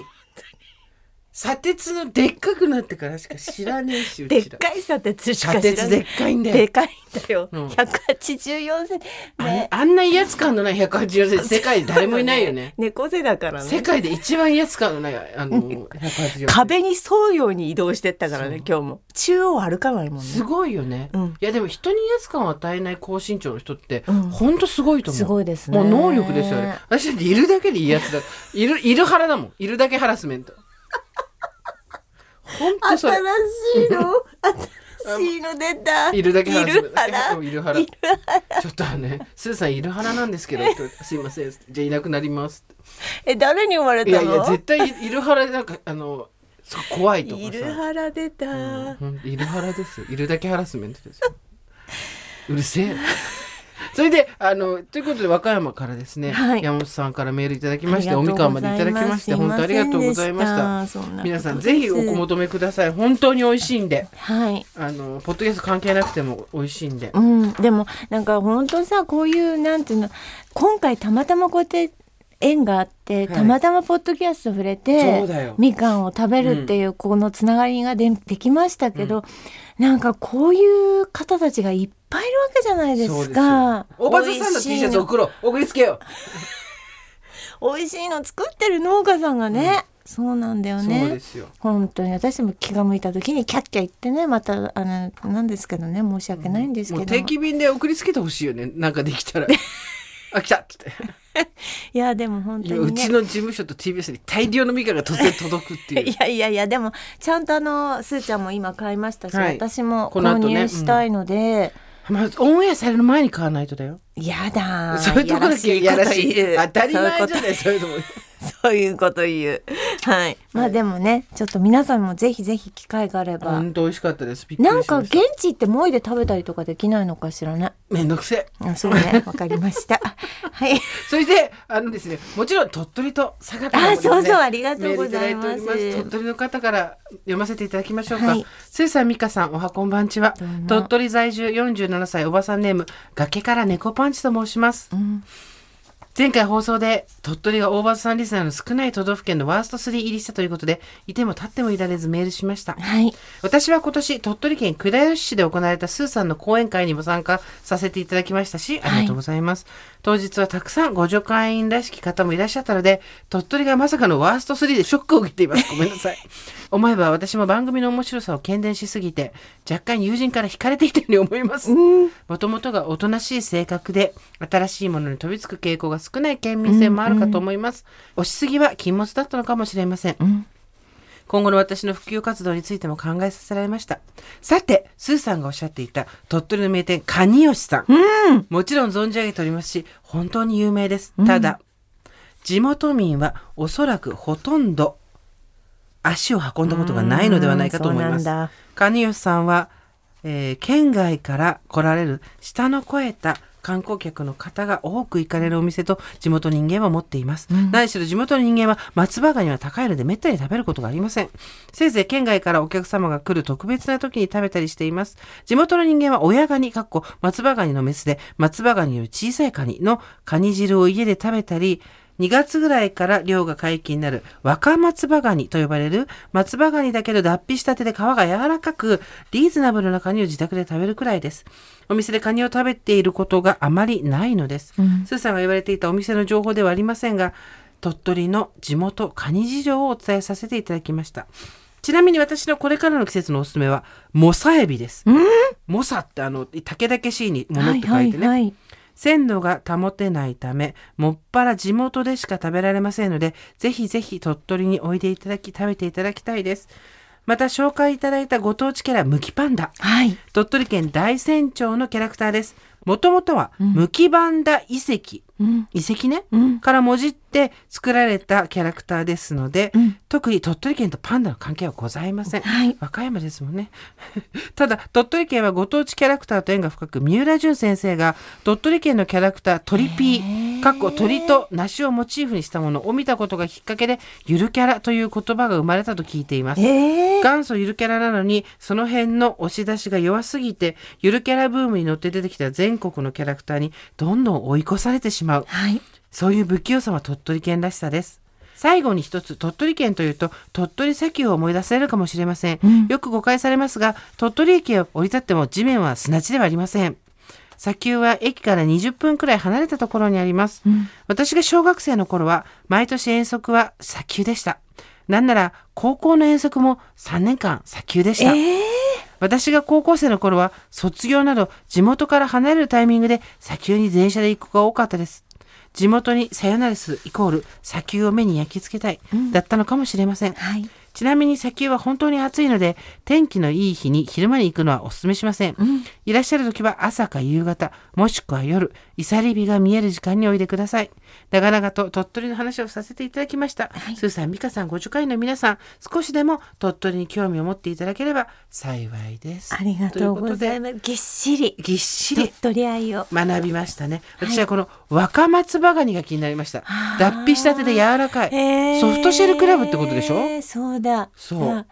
Speaker 1: 砂鉄のでっかくなってからしか知らねえし、う
Speaker 2: でっ
Speaker 1: ちら。
Speaker 2: かい砂鉄しか
Speaker 1: 砂
Speaker 2: 知ら
Speaker 1: 鉄で
Speaker 2: ない
Speaker 1: っかいんだ
Speaker 2: で
Speaker 1: よ。
Speaker 2: かいんだよ、
Speaker 1: うん
Speaker 2: 184センチ
Speaker 1: あん
Speaker 2: ね
Speaker 1: あんな威圧感のない184センチ、世界で誰もいないよね。
Speaker 2: 猫背だから
Speaker 1: 世
Speaker 2: ね
Speaker 1: 界で一番威圧感のない、あの、184センチ。
Speaker 2: 壁に沿うように移動してったからね
Speaker 1: そう
Speaker 2: 今日も中央歩かないもんね
Speaker 1: すごいよね。
Speaker 2: うん
Speaker 1: いやでも人に威圧感を与えない高身長の人って、
Speaker 2: うん
Speaker 1: ほんとすごいと思う。
Speaker 2: すごいですね
Speaker 1: もう能力ですよね。私だっているだけでいいやつだ。いる、 いる腹だもん。いるだけハラスメント。ほんとそ
Speaker 2: 新
Speaker 1: れ。
Speaker 2: しいの新しいの出た
Speaker 1: いるだけハラスメン
Speaker 2: いる腹
Speaker 1: ト。いる腹。いる腹。ちょっとあのね、スーさんいる腹なんです けど、すいません。じゃあいなくなります。
Speaker 2: え誰に生まれ
Speaker 1: い
Speaker 2: た
Speaker 1: やい
Speaker 2: の
Speaker 1: や、絶対いいる腹なんか、あの、そう怖いとかさ。
Speaker 2: いる腹出た、
Speaker 1: うんいるハラですよ。いるだけハラスメントですよ。うるせえ。それであのということで和歌山からですね、
Speaker 2: はい
Speaker 1: 山本さんからメールいただき
Speaker 2: あ
Speaker 1: ま
Speaker 2: り
Speaker 1: して
Speaker 2: がと
Speaker 1: お
Speaker 2: う
Speaker 1: み
Speaker 2: ご
Speaker 1: か
Speaker 2: ざ
Speaker 1: んまでいただきまして本当ありがとうございまし
Speaker 2: すい
Speaker 1: た
Speaker 2: ませんでした
Speaker 1: 皆さんぜひお求めください本当に美味しいんで
Speaker 2: はい
Speaker 1: あのポッドキャスト関係なくても美味しいんで
Speaker 2: うん、でもなんか本当さこういうなんていうの今回たまたまこうやって縁があって、
Speaker 1: い
Speaker 2: たまたまポッドキャスト触れ
Speaker 1: そうだ
Speaker 2: て
Speaker 1: よ
Speaker 2: みかんを食べるっていうこのつながりがでできましたけど、なんかこういう方たちがいっぱいいるわけじゃないで
Speaker 1: そう
Speaker 2: す
Speaker 1: ですよ
Speaker 2: か。
Speaker 1: おばずさんの T シャツ送ろう送りつけよ
Speaker 2: 美味しいの作ってる農家さんがね、そうなんだよ
Speaker 1: う、
Speaker 2: ね。
Speaker 1: そうですよ
Speaker 2: 本当に私も気が向いた時にキャッキャ言ってねまたあのなんですけどね申し訳ないんですけ
Speaker 1: も
Speaker 2: ど
Speaker 1: う
Speaker 2: も、
Speaker 1: 定期便で送りつけてほしいよねなんかで きたらあ来たっつって
Speaker 2: いやでも本当
Speaker 1: 今
Speaker 2: に
Speaker 1: う
Speaker 2: ね
Speaker 1: ちの事務所と TBS に大量のみかんが突然届く ってい う
Speaker 2: いやいやいやでもちゃんとあのすーちゃんも今買いましたし、
Speaker 1: はい
Speaker 2: 私も
Speaker 1: この
Speaker 2: 購
Speaker 1: 後ね
Speaker 2: 入したいので、
Speaker 1: まあ、オンエアされる前に買わないとだよ。
Speaker 2: やだー
Speaker 1: そういうとこだけいやらしい。当たり前じゃない、 そういうとこ。
Speaker 2: そういうこと言うはいまあでもねちょっと皆さんもぜひぜひ機会があれば、
Speaker 1: 本当美味しかったです。びっくりし
Speaker 2: な
Speaker 1: ま
Speaker 2: ん
Speaker 1: した。
Speaker 2: か現地行ってもいで食べたりとかできないのかしらね
Speaker 1: めんどくせえ。
Speaker 2: あそう ねわかりましたはい
Speaker 1: それで、あのですね、もちろん鳥取と佐賀からもですね
Speaker 2: あそうそうありがとうございます
Speaker 1: メールただており鳥取の方から読ませていただきましょうか。
Speaker 2: はい
Speaker 1: スーさん、ミカさん、おはこんばんちは
Speaker 2: どうも。
Speaker 1: 鳥取在住47歳、おばさんネーム、崖から猫パンチと申します。
Speaker 2: ん
Speaker 1: 前回放送で鳥取が大場さんリスナーの少ない都道府県のワースト3入りしたということでいても立ってもいられずメールしました
Speaker 2: はい
Speaker 1: 私は今年鳥取県倉吉市で行われたスーさんの講演会にも参加させていただきましたしありがとうございます、当日はたくさんご助会員らしき方もいらっしゃったので鳥取がまさかのワースト3でショックを受けています ごめんなさい思えば私も番組の面白さを喧伝しすぎて若干友人から惹かれていたように思いますもともとがおとなしい性格で新しいものに飛びつく傾向が少ない県民性もあるかと思います、押しすぎは禁物だったのかもしれません今後の私の普及活動についても考えさせられました。さて、スーさんがおっしゃっていた鳥取の名店、カニヨシさん。もちろん存じ上げておりますし、本当に有名です。ただ、地元民はおそらくほとんど足を運んだことがないのではないかと思いま
Speaker 2: うんそうなんだ。
Speaker 1: すカニヨシさんは、えー県外から来られる舌の肥えた観光客の方が多く行かれるお店と地元人間は持っています。何しろ地元の人間は松葉ガニは高いのでめったに食べることがありません。せいぜい県外からお客様が来る特別な時に食べたりしています。地元の人間は親ガニ、かっこ松葉ガニのメスで松葉ガニより小さいカニのカニ汁を家で食べたり、2月ぐらいから漁が解禁になる若松葉ガニと呼ばれる松葉ガニだけど脱皮したてで皮が柔らかくリーズナブルなカニを自宅で食べるくらいです。お店でカニを食べていることがあまりないのです。スーさんが言われていたお店の情報ではありませんが、鳥取の地元カニ事情をお伝えさせていただきました。ちなみに私のこれからの季節のおすすめは、モサエビです。モサってあの、竹々しいにものって書いてね。
Speaker 2: はいはいはい
Speaker 1: 鮮度が保てないため、もっぱら地元でしか食べられませんので、ぜひぜひ鳥取においでいただき、食べていただきたいです。また紹介いただいたご当地キャラ、ムキパンダ。
Speaker 2: はい
Speaker 1: 鳥取県大山町のキャラクターです。もともとは、ムキバンダ遺跡、遺跡ね、からもじっって作られたキャラクターですので、
Speaker 2: うん
Speaker 1: 特に鳥取県とパンダの関係はございません。
Speaker 2: はい
Speaker 1: 和歌山ですもんね。 ただ、鳥取県はご当地キャラクターと縁が深く、三浦淳先生が鳥取県のキャラクター、鳥ピ
Speaker 2: へ
Speaker 1: ー、
Speaker 2: ー
Speaker 1: かっこ鳥と梨をモチーフにしたものを見たことがきっかけで、ゆるキャラという言葉が生まれたと聞いています。
Speaker 2: えー、
Speaker 1: 元祖ゆるキャラなのに、その辺の押し出しが弱すぎて、ゆるキャラブームに乗って出てきた全国のキャラクターにどんどん追い越されてしまう。
Speaker 2: はい
Speaker 1: そういう不器用さは鳥取県らしさです。最後に一つ、鳥取県というと、鳥取砂丘を思い出されるかもしれません。
Speaker 2: うん
Speaker 1: よく誤解されますが、鳥取駅を降り立っても地面は砂地ではありません。砂丘は駅から20分くらい離れたところにあります。私が小学生の頃は、毎年遠足は砂丘でした。なんなら、高校の遠足も3年間砂丘でし
Speaker 2: え
Speaker 1: た。
Speaker 2: ー、
Speaker 1: 私が高校生の頃は卒業など地元から離れるタイミングで砂丘に電車で行く子が多かったです。地元にさよならすイコール砂丘を目に焼き付けたい、だったのかもしれません。
Speaker 2: はい
Speaker 1: ちなみに砂丘は本当に暑いので天気のいい日に昼間に行くのはお勧めしません。いらっしゃる時は朝か夕方もしくは夜いさり火が見える時間においでください。長々と鳥取の話をさせていただきました。
Speaker 2: はい
Speaker 1: スーさん、美香さん、50回の皆さん少しでも鳥取に興味を持っていただければ幸いです。
Speaker 2: ありがとうござい
Speaker 1: ま
Speaker 2: ますぎっしり
Speaker 1: す。ぎっし
Speaker 2: 鳥
Speaker 1: り
Speaker 2: 取愛を
Speaker 1: 学びましたね。
Speaker 2: はい
Speaker 1: 私はこの若松葉ガニが気になりました
Speaker 2: あ。ー
Speaker 1: 脱皮したてで柔らかい。ソフトシェルクラブってことでしょ
Speaker 2: えーそうだ
Speaker 1: そう
Speaker 2: まあ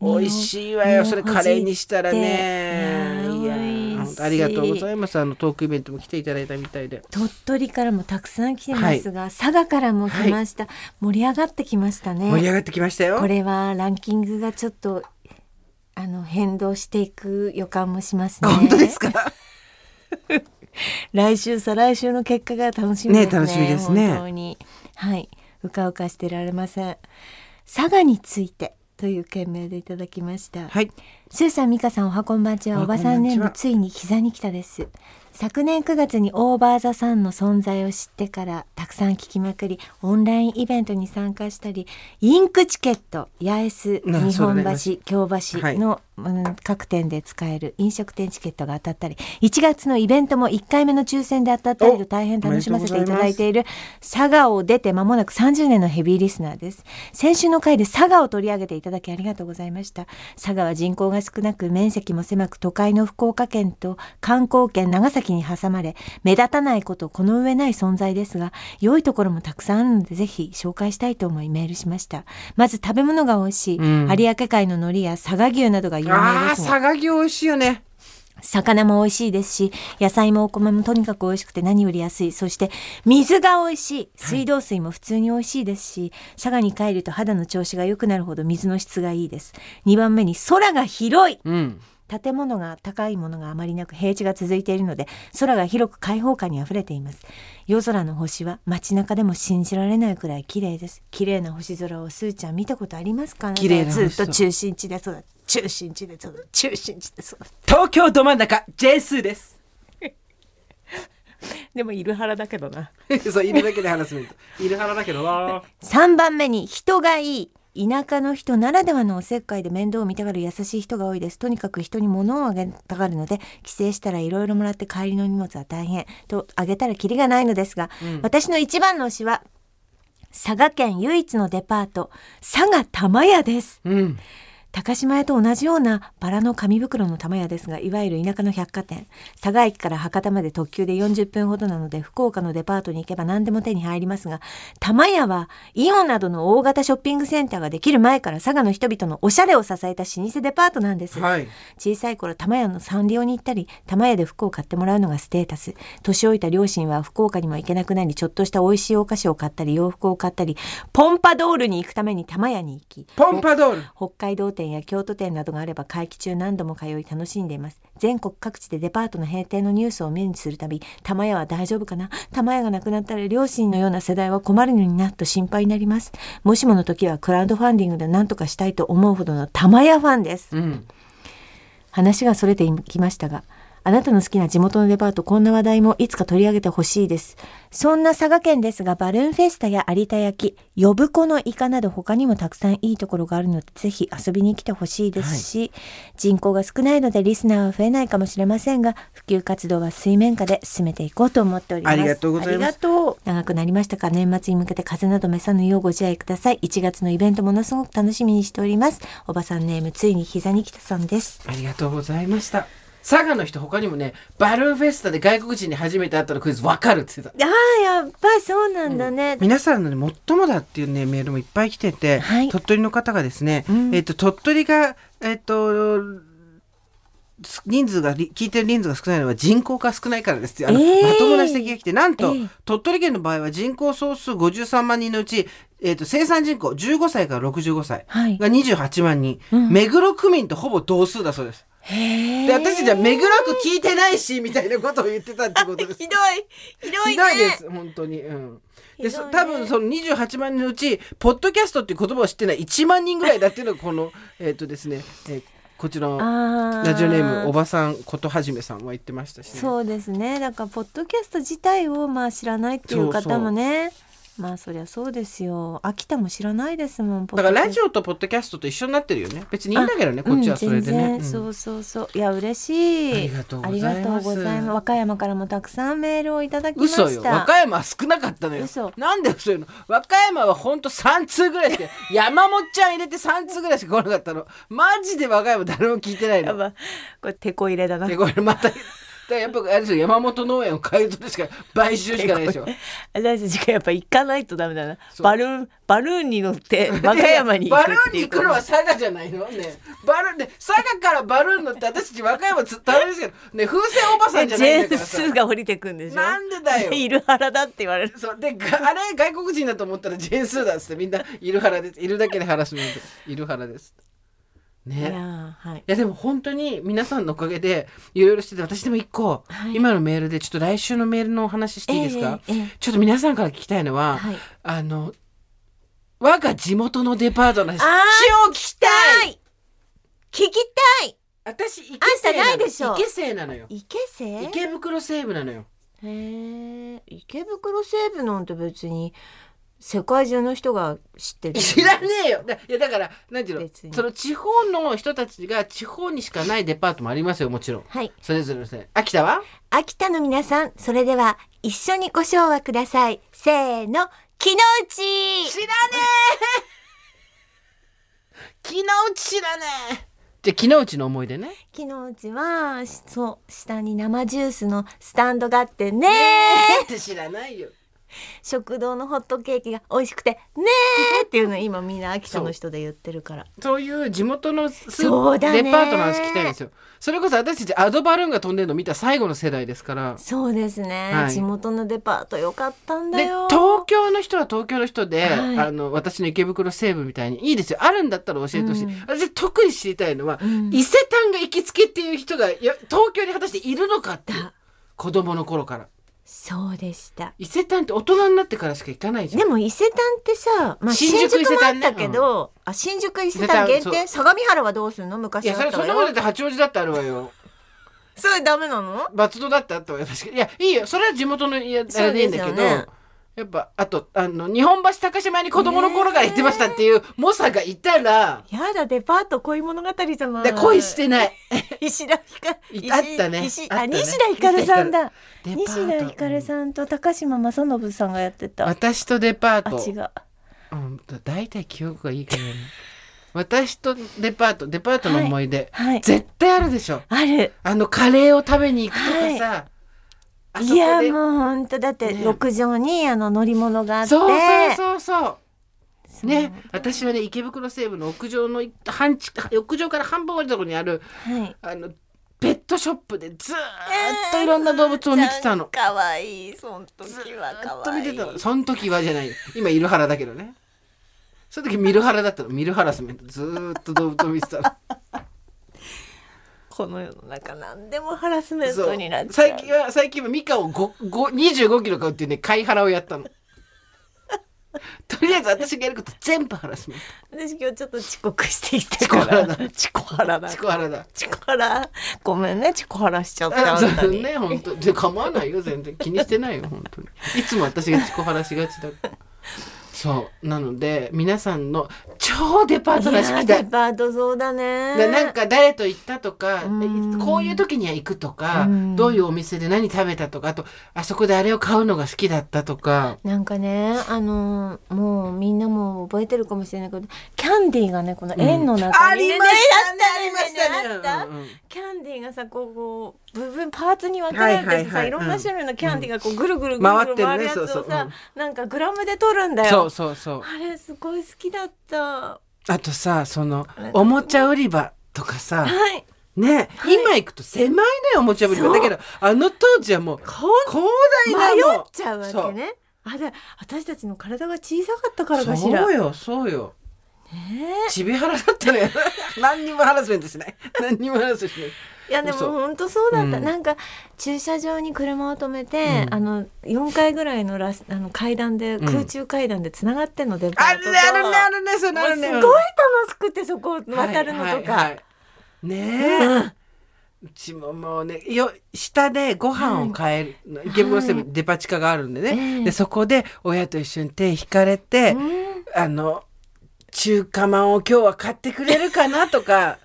Speaker 1: 美味しいわよ
Speaker 2: 身を
Speaker 1: それカレーにしたらね
Speaker 2: ほじって
Speaker 1: い
Speaker 2: いや
Speaker 1: や
Speaker 2: ー
Speaker 1: 本当ありがとうござ
Speaker 2: 美味しい
Speaker 1: いますあのトークイベントも来ていただいたみたいで
Speaker 2: 鳥取からもたくさん来てますが、佐賀からも来ました、盛り上がってきました
Speaker 1: 盛り
Speaker 2: ね
Speaker 1: 上がってきましたよ
Speaker 2: これはランキングがちょっとあの変動していく予感もしますね
Speaker 1: 本当ですか
Speaker 2: 来週再来週の結果が楽しみですね
Speaker 1: ね楽しみですね
Speaker 2: 本当にはいうかうかしてられません佐賀についてという件名でいただきました、
Speaker 1: はい
Speaker 2: スーさん、ミカさん、おはこんばんちは。
Speaker 1: お
Speaker 2: お
Speaker 1: はこ
Speaker 2: ば
Speaker 1: んばんちは
Speaker 2: さんネーム、ついに膝に来たです。昨年9月にオーバーザさんの存在を知ってから、たくさん聞きまくり、オンラインイベントに参加したり、インクチケット、八重洲、
Speaker 1: な
Speaker 2: 日
Speaker 1: そう
Speaker 2: 本
Speaker 1: だ
Speaker 2: 橋
Speaker 1: ね、
Speaker 2: 京
Speaker 1: はい
Speaker 2: 橋の、うん各店で使える飲食店チケットが当たったり、1月のイベントも1回目の抽選で当たったりと
Speaker 1: お
Speaker 2: 大変楽しませていただいている佐賀を出て間もなく30年のヘビーリスナーです先週の回で佐賀を取り上げていただきありがとうございました佐賀は人口が少なく面積も狭く都会の福岡県と観光県長崎に挟まれ目立たないことこの上ない存在ですが良いところもたくさんあるのでぜひ紹介したいと思いメールしましたまず食べ物が美味しい、
Speaker 1: うん
Speaker 2: 有明海の海苔や佐賀牛などが有名
Speaker 1: あ
Speaker 2: で
Speaker 1: ー
Speaker 2: すが
Speaker 1: 佐賀牛美味しいよね
Speaker 2: 魚も美味しいですし野菜もお米もとにかく美味しくて何より安いそして水が美味しい水道水も普通に美味しいですし、佐賀に帰ると肌の調子が良くなるほど水の質がいいです2番目に空が広い
Speaker 1: うん
Speaker 2: 建物が高いものがあまりなく平地が続いているので空が広く開放感にあふれています夜空の星は街中でも信じられないくらい綺麗です綺麗な星空をすーちゃん見たことありますか
Speaker 1: 綺麗な星空
Speaker 2: ずっと中心地で育っ中心地で育っ中心地で育っ
Speaker 1: 東京ど真ん中 J 数です
Speaker 2: でもいるはらだけどな
Speaker 1: そういるだけで話すみたいいるはらだけどわー
Speaker 2: 3番目に人がいい田舎の人ならではのおせっかいで面倒を見たがる優しい人が多いですとにかく人に物をあげたがるので帰省したらいろいろもらって帰りの荷物は大変とあげたらキリがないのですが、私の一番の推しは佐賀県唯一のデパート佐賀玉屋です
Speaker 1: うん
Speaker 2: 高島屋と同じようなバラの紙袋の玉屋ですがいわゆる田舎の百貨店佐賀駅から博多まで特急で40分ほどなので福岡のデパートに行けば何でも手に入りますが玉屋はイオンなどの大型ショッピングセンターができる前から佐賀の人々のおしゃれを支えた老舗デパートなんです、
Speaker 1: はい
Speaker 2: 小さい頃玉屋のサンリオに行ったり玉屋で服を買ってもらうのがステータス年老いた両親は福岡にも行けなくなりちょっとした美味しいお菓子を買ったり洋服を買ったりポンパドールに行くために玉屋に行き
Speaker 1: ポンパドール
Speaker 2: 北海道店や京都店などがあれば会期中何度も通い楽しんでいます全国各地でデパートの閉店のニュースを目にするたび玉屋は大丈夫かな玉屋がなくなったら両親のような世代は困るのになと心配になりますもしもの時はクラウドファンディングで何とかしたいと思うほどの玉屋ファンです
Speaker 1: うん
Speaker 2: 話がそれていきましたがあなたの好きな地元のデパート、こんな話題もいつか取り上げてほしいです。そんな佐賀県ですが、バルーンフェスタや有田焼、呼子のイカなど他にもたくさんいいところがあるので、ぜひ遊びに来てほしいですし、人口が少ないのでリスナーは増えないかもしれませんが、普及活動は水面下で進めていこうと思っております。
Speaker 1: ありがとうございま
Speaker 2: あ
Speaker 1: す
Speaker 2: りがとう長くなりましたが、年末に向けて風邪など召さぬようご自愛ください。1月のイベントものすごく楽しみにしております。おばさんネーム、ついに膝に来たさんです。
Speaker 1: ありがとうございました。佐賀の人他にもね、バルーンフェスタで外国人に初めて会ったのクイズわかるって言ってた。
Speaker 2: ああ、やっぱりそうなんだね。
Speaker 1: 皆さんのね、最もだっていうね、メールもいっぱい来てて、
Speaker 2: はい
Speaker 1: 鳥取の方がですね、
Speaker 2: うん
Speaker 1: えっと、鳥取が、えっと、す人数が、り聞いてる人数が少ないのは人口が少ないからですっていうあの、
Speaker 2: えー
Speaker 1: まともな指摘が来て、なんと、
Speaker 2: ええ
Speaker 1: 鳥取県の場合は人口総数53万人のうち、えっと、生産人口15歳から65歳
Speaker 2: はい。
Speaker 1: が28万人、
Speaker 2: うん
Speaker 1: 目黒区民とほぼ同数だそうです。
Speaker 2: へ
Speaker 1: で 私じゃ目黒区聞いてないしみたいなことを言ってたってことです。
Speaker 2: ひどい。ひどい、ね。
Speaker 1: ひどいです本当に。うん、で、
Speaker 2: ひど
Speaker 1: そ
Speaker 2: いね
Speaker 1: 多分その28万人のうちポッドキャストっていう言葉を知ってない1万人ぐらいだっていうのがこの えっとですね、えーこちらの
Speaker 2: あー
Speaker 1: ラジオネームおばさんことはじめさんは言ってましたし、ね、
Speaker 2: そうですね。だからポッドキャスト自体をまあ知らないっていう方もね。まあそりゃそうですよ。秋田も知らないですもん。
Speaker 1: だからラジ
Speaker 2: オ
Speaker 1: オとポッドキャストと一緒になってるよね別にいいんだけどねこっちはそれでね。うん
Speaker 2: そうそうそう。いや嬉しい。
Speaker 1: ありがとうございます
Speaker 2: ありがとうございます。和歌山からもたくさんメールをいただきました。
Speaker 1: 嘘よ和歌山は少なかったのよ
Speaker 2: 嘘
Speaker 1: なんで嘘よの和歌山はほんと3通ぐらいしか山本ちゃん入れて3通ぐらいしか来なかったのマジで和歌山誰も聞いてない
Speaker 2: や
Speaker 1: の
Speaker 2: ばいこれ手こ入れだな
Speaker 1: で。これまただからやっぱあれですよ山本農園を買い取るしか買収しかないでしょ
Speaker 2: 私たちがやっぱ行かないとダメだな。
Speaker 1: そう
Speaker 2: バルーンバルーンに乗 って 和歌山に行く
Speaker 1: バ
Speaker 2: って
Speaker 1: ル
Speaker 2: いう
Speaker 1: ーンに行くのは佐賀じゃないのねバルーンで佐賀からバルーン乗って私たち和歌山つったんですけどね風船おばさんじゃ
Speaker 2: ジ
Speaker 1: ないん
Speaker 2: ェー
Speaker 1: だか
Speaker 2: ン
Speaker 1: らさ
Speaker 2: スーが降りてくんでしょ。
Speaker 1: なんでだよ
Speaker 2: いるはらだって言われる。
Speaker 1: そうでがあれ外国人だと思ったらジェーンスーだっつってみんな「いるはらです」「いるだけでハラスメント」「いるはらです」ね
Speaker 2: いやーはい。
Speaker 1: いやでも本当に皆さんのおかげでいろいろしてて私でも一個、
Speaker 2: はい
Speaker 1: 今のメールでちょっと来週のメールのお話していいですか、
Speaker 2: ええええ
Speaker 1: ちょっと皆さんから聞きたいのは、
Speaker 2: はい
Speaker 1: あの我が地元のデパートの話
Speaker 2: あー
Speaker 1: を聞きたい
Speaker 2: い聞きたい
Speaker 1: 私池
Speaker 2: あん
Speaker 1: 生
Speaker 2: た
Speaker 1: な
Speaker 2: ない
Speaker 1: の
Speaker 2: でしょ
Speaker 1: 池生なのよ
Speaker 2: 池瀬
Speaker 1: 池袋西部なのよ
Speaker 2: へー池袋西部なんて別に世界中の人が知ってる
Speaker 1: 知らねえよだいやだから何ていうの
Speaker 2: 別に
Speaker 1: その地方の人たちが地方にしかないデパートもありますよもちろん
Speaker 2: はい
Speaker 1: それぞれですね秋田は
Speaker 2: 秋田の皆さんそれでは一緒にご唱和くださいせーの木の内
Speaker 1: 知らね え木の内知らねえじゃあ木の内の思い出ね
Speaker 2: 木の内はしそう下に生ジュースのスタンドがあってね
Speaker 1: えって知らないよ
Speaker 2: 食堂のホットケーキが美味しくてねーっていうの今みんな秋田の人で言ってるから
Speaker 1: そういう地元のス
Speaker 2: そうだね
Speaker 1: デパートの話聞きたいんですよそれこそ私たちアドバルーンが飛んでるの見た最後の世代ですから
Speaker 2: そうですね、
Speaker 1: はい
Speaker 2: 地元のデパート良かったんだ
Speaker 1: で
Speaker 2: よ
Speaker 1: 東京の人は東京の人で、
Speaker 2: はい
Speaker 1: あの私の池袋西部みたいにいいですよあるんだったら教えてほしい、
Speaker 2: うん
Speaker 1: 私特に知りたいのは、
Speaker 2: うん
Speaker 1: 伊勢丹が行きつけっていう人がいや東京に果たしているのかっていう
Speaker 2: だ
Speaker 1: 子供の頃から
Speaker 2: そうでした
Speaker 1: 伊勢丹って大人になってからしか行かないじゃん
Speaker 2: でも伊勢丹ってさ、まあ、
Speaker 1: 新
Speaker 2: 新
Speaker 1: 宿
Speaker 2: 宿
Speaker 1: 伊勢
Speaker 2: もあ
Speaker 1: 丹
Speaker 2: っ
Speaker 1: ね
Speaker 2: たけど、あ新宿伊勢丹限
Speaker 1: 伊勢
Speaker 2: 定
Speaker 1: 丹
Speaker 2: 相模原はどうするの
Speaker 1: い
Speaker 2: 昔
Speaker 1: やそ
Speaker 2: あっ
Speaker 1: れ
Speaker 2: た
Speaker 1: そ
Speaker 2: わ
Speaker 1: んなことだ
Speaker 2: よ
Speaker 1: って八王子だってあるわ よ
Speaker 2: それダメなの
Speaker 1: 松戸だってあったわよ確かにいやいいよそれは地元のいやあ
Speaker 2: そ
Speaker 1: れ
Speaker 2: う
Speaker 1: でいい
Speaker 2: で
Speaker 1: ん
Speaker 2: す
Speaker 1: だけ
Speaker 2: よね
Speaker 1: ど、やっぱあとあの日本橋高島屋に子供の頃から行ってましたっていう猛者がいたら、
Speaker 2: やだデパート恋物語じゃな
Speaker 1: で恋してない
Speaker 2: 石田ひか
Speaker 1: いあったね
Speaker 2: 石
Speaker 1: あ
Speaker 2: あ
Speaker 1: ったね
Speaker 2: 西田ひかるさんだ
Speaker 1: デパート
Speaker 2: 西田ひかるさんと高島正信さんがやってた、
Speaker 1: 私とデパー
Speaker 2: あ
Speaker 1: ト
Speaker 2: 違う
Speaker 1: うん、大体記憶がいいからね 私とデパートデパートの思い出、
Speaker 2: はい
Speaker 1: 絶対あるでしょ
Speaker 2: ある
Speaker 1: あのカレーを食べに行くとかさ、あそこ
Speaker 2: い
Speaker 1: で
Speaker 2: やもう本当だって
Speaker 1: ね
Speaker 2: 6畳にあの乗り物があって
Speaker 1: そうそうそうそう
Speaker 2: そう
Speaker 1: ね、私はね池袋西部の屋上の半地屋上から半分降りたところにある
Speaker 2: はい
Speaker 1: あのペットショップでずーっといろんな動物を見てたの。
Speaker 2: 可愛いいその時は
Speaker 1: ずーっ
Speaker 2: 可
Speaker 1: と見
Speaker 2: 愛い
Speaker 1: てたの。その時はじゃないよ。今いるはらだけどね。その時見るはらだったの。見るハラスメントずーっと動物を見てた の。
Speaker 2: この世の中何でもハラスメン
Speaker 1: そ
Speaker 2: ト
Speaker 1: う
Speaker 2: になっちゃう
Speaker 1: 最近は最近はミカをごご25キロ買うっていうね買い腹をやったの。とりあえず私がやること全部ハラスメン
Speaker 2: 私今日ちょっと遅刻してきた
Speaker 1: トチコ
Speaker 2: か
Speaker 1: ハラ
Speaker 2: ら
Speaker 1: だ
Speaker 2: チコハラだ
Speaker 1: チコハラだ
Speaker 2: チコハラごめんねチコハラしちゃったあんた
Speaker 1: そう
Speaker 2: に、
Speaker 1: ね本当で構わないよ全然気にしてないよ本当にいつも私が自己話しがちだからそうなので皆さんの超デパートらし
Speaker 2: い
Speaker 1: く
Speaker 2: や
Speaker 1: て
Speaker 2: デパートそうだね
Speaker 1: でなんか誰と行ったとか
Speaker 2: うん
Speaker 1: こういう時には行くとか
Speaker 2: うん
Speaker 1: どういうお店で何食べたとかあとあそこであれを買うのが好きだったとか
Speaker 2: なんかねあのーもうみんなも覚えてるかもしれないけどキャンディーがねこの円の中にね、ねあったあった
Speaker 1: うんうん
Speaker 2: キャンディーがさこうこう部分パーツに分かれててさ、
Speaker 1: はい
Speaker 2: い
Speaker 1: はいはい
Speaker 2: ろんな種類のキャンディーがこうぐるぐるぐるぐる回るやつを
Speaker 1: 回ってるねそ
Speaker 2: さ、
Speaker 1: うそう
Speaker 2: なんかグラムで取るんだよ
Speaker 1: そうそうそう
Speaker 2: あれすごい好きだった
Speaker 1: あとさそのおもちゃ売り場とかさ
Speaker 2: はい
Speaker 1: ね、今行くと狭いのよおもちゃ売り場
Speaker 2: そう
Speaker 1: だけどあの当時はもう
Speaker 2: こ
Speaker 1: 広
Speaker 2: う迷
Speaker 1: 大なの
Speaker 2: っちゃうわ
Speaker 1: そ
Speaker 2: けねあれ私たちの体が小さかったからかしら
Speaker 1: そうよそうよ
Speaker 2: ね
Speaker 1: ちびはらだったね 何にもハラスメントしない何にもハラスメントしない
Speaker 2: いやでも
Speaker 1: 嘘
Speaker 2: 本当そうだった、
Speaker 1: うん
Speaker 2: なんか駐車場に車を止めて、
Speaker 1: うん
Speaker 2: あの4階ぐらいのラスあの階段で、
Speaker 1: ん
Speaker 2: 空中階段でつながってんのデパ
Speaker 1: あ
Speaker 2: ー
Speaker 1: る
Speaker 2: トと
Speaker 1: ねあるねあるねそういうのあるね
Speaker 2: もうすごい楽しくてそこを
Speaker 1: はい
Speaker 2: 渡るのとか、
Speaker 1: はいはいねえうちももうねよ下でご飯を買える、池袋セブンデパ地下があるんでね、
Speaker 2: ええ
Speaker 1: でそこで親と一緒に手引かれて、
Speaker 2: うん
Speaker 1: あの中華まんを今日は買ってくれるかなとか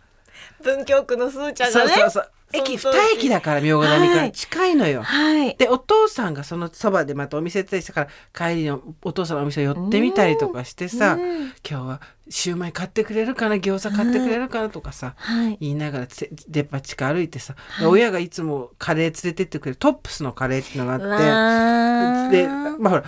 Speaker 2: 文京区のす ーちゃん
Speaker 1: そ
Speaker 2: が
Speaker 1: う
Speaker 2: ね
Speaker 1: そうそ
Speaker 2: そ
Speaker 1: う
Speaker 2: の当
Speaker 1: 駅
Speaker 2: 時
Speaker 1: 二駅だから明後谷か
Speaker 2: は
Speaker 1: ら
Speaker 2: い
Speaker 1: 近いのよ、
Speaker 2: はい
Speaker 1: でお父さんがそのそばでまたお店でしたから帰りのお父さんのお店寄ってみたりとかしてさ、
Speaker 2: うん
Speaker 1: 今日はシューマイ買ってくれるかな餃子買ってくれるかなとかさ、
Speaker 2: はい
Speaker 1: 言いながらつデパ地下歩いてさ、で親がいつもカレー連れてってくれるトップスのカレーっていうのがあって
Speaker 2: わ
Speaker 1: で
Speaker 2: ー
Speaker 1: まあほら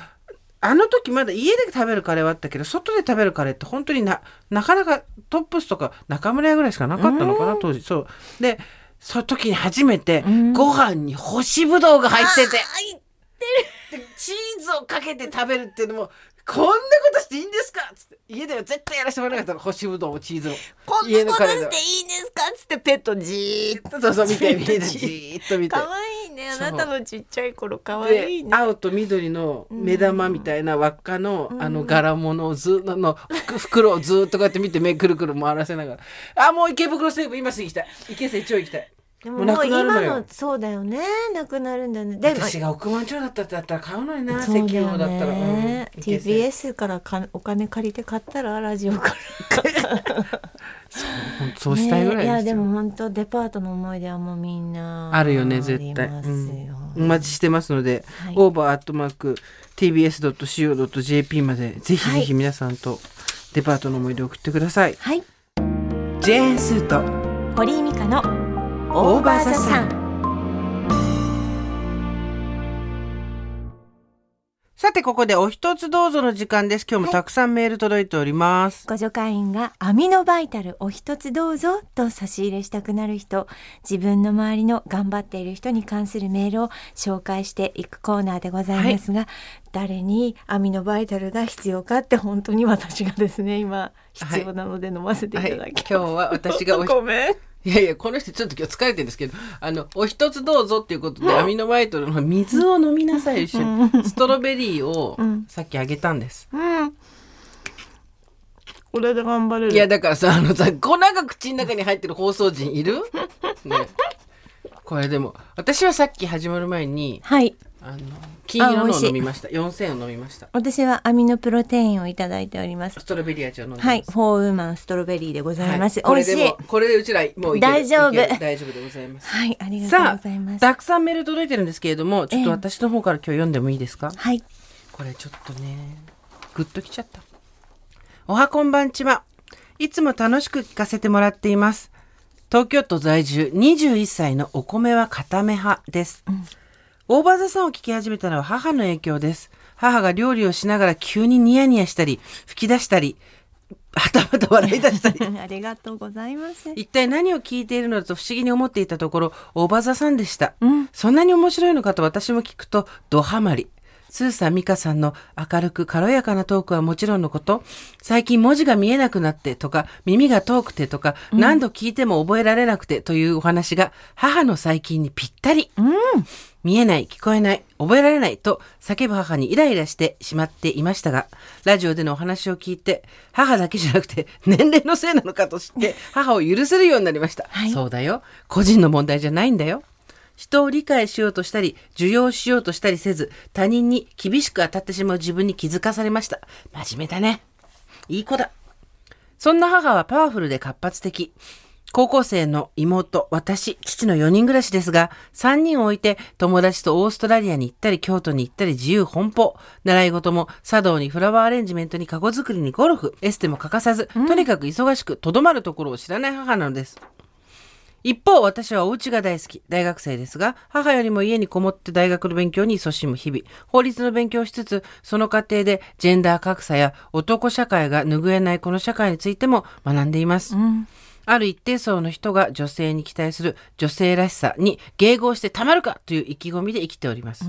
Speaker 1: あの時まだ家で食べるカレーはあったけど外で食べるカレーって本当にななかなかトップスとか中村屋ぐらいしかなかったのかな当時そうでその時に初めて
Speaker 2: うん
Speaker 1: ご飯に干しぶどうが入ってて
Speaker 2: あーい
Speaker 1: でチーズをかけて食べるっていうのもこんなことしていいんですかっつって家では絶対やらせてもらえなかったの干しぶどうもチーズも
Speaker 2: こん
Speaker 1: 家
Speaker 2: な
Speaker 1: の
Speaker 2: こ
Speaker 1: カ
Speaker 2: と
Speaker 1: レー
Speaker 2: し
Speaker 1: では
Speaker 2: ていいんですかっつってペットじーっ
Speaker 1: そうそう見て見て
Speaker 2: じ
Speaker 1: じーっと見
Speaker 2: と
Speaker 1: て
Speaker 2: かわいいねあ
Speaker 1: そう
Speaker 2: なたのちっちゃい頃かわい
Speaker 1: で
Speaker 2: いね
Speaker 1: 青と緑の目玉みたいな輪っかの、あの柄物をずあのふく 袋をずっとこうやって見て目くるくる回らせながらあもう池袋西部今すぐ行きたい池瀬超行きたい
Speaker 2: で
Speaker 1: も
Speaker 2: も
Speaker 1: うな
Speaker 2: もう
Speaker 1: くな
Speaker 2: 今
Speaker 1: るのよ
Speaker 2: のそうだよねなくなるんだよねでも
Speaker 1: 私が億万長だったってだったら買うのにな
Speaker 2: そう
Speaker 1: 石
Speaker 2: だよ
Speaker 1: 油王だったら、
Speaker 2: ね
Speaker 1: うん池瀬
Speaker 2: TBS からかお金借りて買ったらラジオから買った
Speaker 1: ほんと そうしたいぐら
Speaker 2: ね
Speaker 1: いですよ、
Speaker 2: いやでも本当デパートの思い出はもうみんな
Speaker 1: あるよね絶対、
Speaker 2: あります
Speaker 1: う
Speaker 2: よ
Speaker 1: んお待ちしてますので、
Speaker 2: はい
Speaker 1: over.tbs.co.jp までぜひぜ
Speaker 2: は
Speaker 1: ひ
Speaker 2: い
Speaker 1: 皆さんとデパートの思い出を送ってください、
Speaker 2: はい
Speaker 1: ジェーンスーと
Speaker 2: 堀井美香の
Speaker 1: オ
Speaker 2: オー
Speaker 1: ーバ
Speaker 2: バ
Speaker 1: ー
Speaker 2: ー
Speaker 1: ザ
Speaker 2: ザ
Speaker 1: さ
Speaker 2: さ
Speaker 1: ん
Speaker 2: ん
Speaker 1: さてここでお一つどうぞの時間です今日もたくさんメール届いております、
Speaker 2: ご助会員がアミノバイタルお一つどうぞと差し入れしたくなる人、自分の周りの頑張っている人に関するメールを紹介していくコーナーでございますが、誰にアミノバイタルが必要かって本当に私がですね、今必要なので飲ませていただきます。
Speaker 1: 今日は 私がお
Speaker 2: ごめん。
Speaker 1: いやいやこの人ちょっと今日疲れてるんですけどあのお一つどうぞっていうことでアミノバイトルの水を飲みなさい一緒にストロベリーをさっきあげたんです、
Speaker 2: うん。これで頑張れ
Speaker 1: いやだからさあのさ粉が口の中に入ってる放送陣いる、ね、これでも私はさっき始まる前に
Speaker 2: はい。
Speaker 1: あの金色
Speaker 2: あ美
Speaker 1: の
Speaker 2: 味
Speaker 1: を
Speaker 2: しい
Speaker 1: 飲みました4000を飲みました
Speaker 2: 私はアミノプロテインをいただいております。
Speaker 1: ストロベリー味を飲んでます
Speaker 2: はい。フォーウーマンストロベリーでございます。
Speaker 1: こ
Speaker 2: 美
Speaker 1: れ
Speaker 2: 味
Speaker 1: で
Speaker 2: しい
Speaker 1: も。これでうちらもういける
Speaker 2: 大丈夫
Speaker 1: いける大丈夫でございます
Speaker 2: はい、ありがとう
Speaker 1: さ
Speaker 2: ございま
Speaker 1: あ
Speaker 2: す。
Speaker 1: たくさんメール届いてるんですけれどもちょっと
Speaker 2: ええ
Speaker 1: 私の方から今日読んでもいいですか、
Speaker 2: はい。
Speaker 1: これちょっとねグッときちゃったおはこんばんちはいつも楽しく聞かせてもらっています東京都在住21歳のお米は固め派です、大場座さんを聞き始めたのは母の影響です母が料理をしながら急にニヤニヤしたり吹き出したりはたまた笑い出したり
Speaker 2: ありがとうございます。
Speaker 1: 一体何を聞いているのだと不思議に思っていたところ、大場座さんでした。そんなに面白いのかと私も聞くと、ドハマり。スーさん、ミカさんの明るく軽やかなトークはもちろんのこと、最近文字が見えなくなってとか、耳が遠くてとか、何度聞いても覚えられなくてというお話が、母の最近にぴったり。見えない、聞こえない、覚えられないと叫ぶ母にイライラしてしまっていましたが、ラジオでのお話を聞いて、母だけじゃなくて年齢のせいなのかと知って、母を許せるようになりました。
Speaker 2: はい
Speaker 1: そうだよ。個人の問題じゃないんだよ。人を理解しようとしたり、受容しようとしたりせず、他人に厳しく当たってしまう自分に気づかされました。真面目だね。いい子だ。そんな母はパワフルで活発的。高校生の妹、私、父の4人暮らしですが、3人を置いて友達とオーストラリアに行ったり、京都に行ったり自由奔放。習い事も茶道にフラワーアレンジメントにカゴ作りにゴルフ、エステも欠かさず、とにかく忙しく、とどまるところを知らない母なのです。一方、私はお家が大好き、大学生ですが、母よりも家にこもって大学の勉強に勤しむ日々、法律の勉強をしつつ、その過程でジェンダー格差や男社会が拭えないこの社会についても学んでいます。ある一定層の人が女性に期待する女性らしさに迎合してたまるかという意気込みで生きております。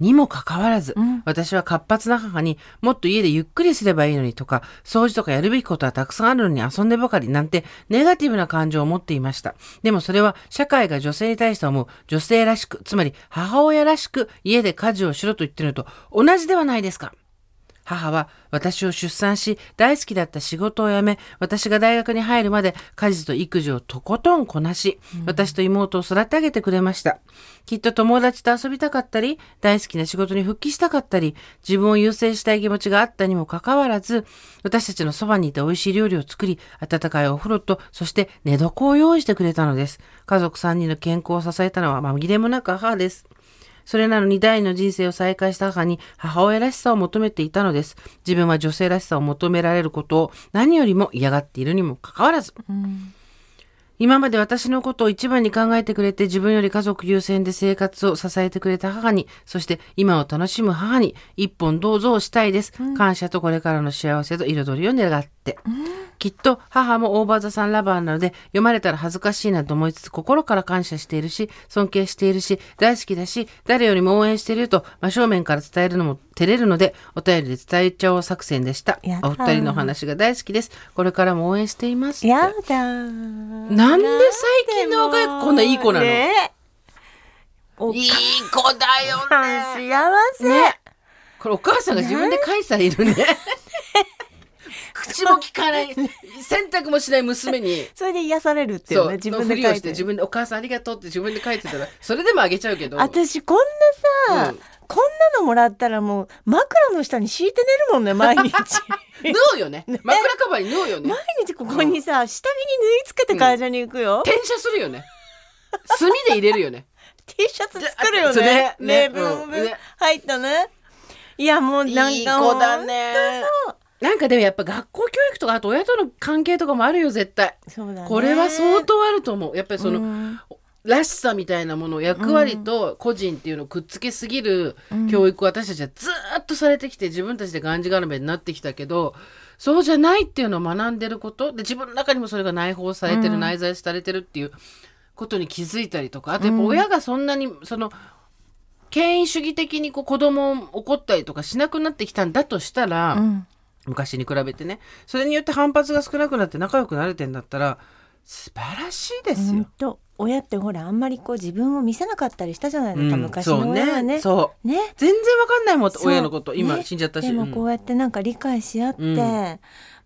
Speaker 1: にもかかわらず、私は活発な母にもっと家でゆっくりすればいいのにとか、掃除とかやるべきことはたくさんあるのに遊んでばかりなんてネガティブな感情を持っていました。でもそれは社会が女性に対して思う女性らしく、つまり母親らしく家で家事をしろと言ってるのと同じではないですか。母は私を出産し大好きだった仕事を辞め私が大学に入るまで家事と育児をとことんこなし、私と妹を育て上げてくれましたきっと友達と遊びたかったり大好きな仕事に復帰したかったり自分を優先したい気持ちがあったにもかかわらず私たちのそばにいて美味しい料理を作り温かいお風呂とそして寝床を用意してくれたのです家族3人の健康を支えたのは紛れもなく母ですそれなのに第二の人生を再開した母に母親らしさを求めていたのです。自分は女性らしさを求められることを何よりも嫌がっているにもかかわらず、今まで私のことを一番に考えてくれて自分より家族優先で生活を支えてくれた母に、そして今を楽しむ母に一本どうぞをしたいです。感謝とこれからの幸せと彩りを願って。きっと母もオーバーザさんラバーなので読まれたら恥ずかしいなと思いつつ心から感謝しているし尊敬しているし大好きだし誰よりも応援していると真正面から伝えるのも照れるのでお便りで伝えちゃおう作戦でした
Speaker 2: やだ
Speaker 1: お二人のお話が大好きですこれからも応援しています
Speaker 2: やだー
Speaker 1: なんで最近の若い子こんないい子なの
Speaker 2: ねお
Speaker 1: いい
Speaker 2: 母
Speaker 1: 子だよね
Speaker 2: さん幸せ、
Speaker 1: これお母さんが自分で書いているね口も聞かない洗濯もしない娘に
Speaker 2: それで癒されるってい
Speaker 1: そうう
Speaker 2: ね
Speaker 1: 自
Speaker 2: 自分
Speaker 1: 分で
Speaker 2: で
Speaker 1: り
Speaker 2: 書
Speaker 1: を
Speaker 2: い
Speaker 1: して
Speaker 2: て
Speaker 1: 自分で「お母さんありがとう」って自分で書いてたらそれでもあげちゃうけど
Speaker 2: 私こんなさ、
Speaker 1: うん
Speaker 2: こんなのもらったらもう枕の下に敷いて寝るも んね毎日
Speaker 1: 縫うよね枕カバーに縫うよね
Speaker 2: 毎日ここにさ下着に縫い付けて会社に行くよ、
Speaker 1: 転写するよね墨で入れるよね
Speaker 2: T シャツ作るよ
Speaker 1: そう
Speaker 2: ね
Speaker 1: ねね
Speaker 2: 名分
Speaker 1: うんね
Speaker 2: 入ったねいやもうなんか
Speaker 1: いい子だね
Speaker 2: 本
Speaker 1: なんかでもやっぱ学校教育とかあと親との関係とかもあるよ絶対
Speaker 2: 当そうそうだね
Speaker 1: これは相当あると思うやっぱりその、
Speaker 2: うん
Speaker 1: らしさみたいなもの役割と個人っていうのをくっつけすぎる教育を私たちはずーっとされてきて自分たちでがんじがらめになってきたけどそうじゃないっていうのを学んでることで自分の中にもそれが内包されてる、内在されてるっていうことに気づいたりとかあとやっぱ親がそんなにその権威主義的にこう子供を怒ったりとかしなくなってきたんだとしたら、
Speaker 2: うん
Speaker 1: 昔に比べてねそれによって反発が少なくなって仲良くなれてんだったら素晴らしいですよ。
Speaker 2: うんと親ってほらあんまりこう自分を見せなかったりしたじゃないですか、
Speaker 1: うん
Speaker 2: 昔の親はね
Speaker 1: そうねそう
Speaker 2: ね
Speaker 1: 全然わかんないもん
Speaker 2: そう
Speaker 1: 親のこと今、
Speaker 2: ね
Speaker 1: 死んじゃったし
Speaker 2: でもこうやってなんか理解し合って、
Speaker 1: うん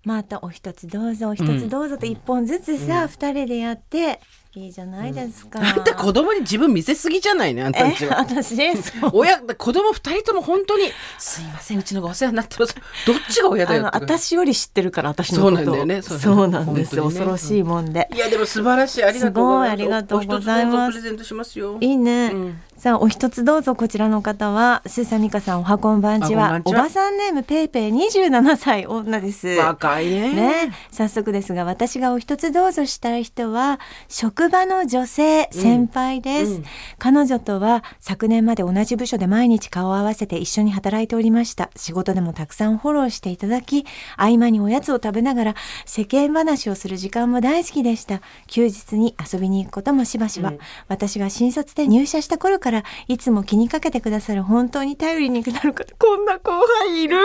Speaker 2: またお一つどうぞお一つどうぞって一本ずつさ、二人でやっていいじゃないですか。
Speaker 1: うんあんた子供に自分見せすぎじゃないねあんたんち
Speaker 2: え
Speaker 1: は
Speaker 2: 私そう
Speaker 1: 親子供二人とも本当に「すいませんうちのがお世話になってます」どっちが親だ
Speaker 2: あ
Speaker 1: よっ
Speaker 2: の
Speaker 1: て
Speaker 2: 私より知ってるから私のこと
Speaker 1: そうなんだよねそ
Speaker 2: そうう
Speaker 1: だよね
Speaker 2: なんです、
Speaker 1: 本当にね
Speaker 2: 恐ろしいもんで、
Speaker 1: いやでも素晴らしいありがとうございます
Speaker 2: すごいありがとうございます
Speaker 1: お一つどうぞプレゼントしますよ
Speaker 2: いいね、
Speaker 1: うん
Speaker 2: さあお一つどうぞこちらの方はスーサミカさんおはこんばんち
Speaker 1: おはこ
Speaker 2: は
Speaker 1: んば
Speaker 2: お
Speaker 1: んちは
Speaker 2: ばさんネームペイペイ27歳女です
Speaker 1: 若いね
Speaker 2: ね、早速ですが私がお一つどうぞしたい人は植職場の女性先輩です、
Speaker 1: うん
Speaker 2: 彼女とは昨年まで同じ部署で毎日顔を合わせて一緒に働いておりました仕事でもたくさんフォローしていただき合間におやつを食べながら世間話をする時間も大好きでした休日に遊びに行くこともしばしば、私が新卒で入社した頃からいつも気にかけてくださる本当に頼りになる方こんな後輩いる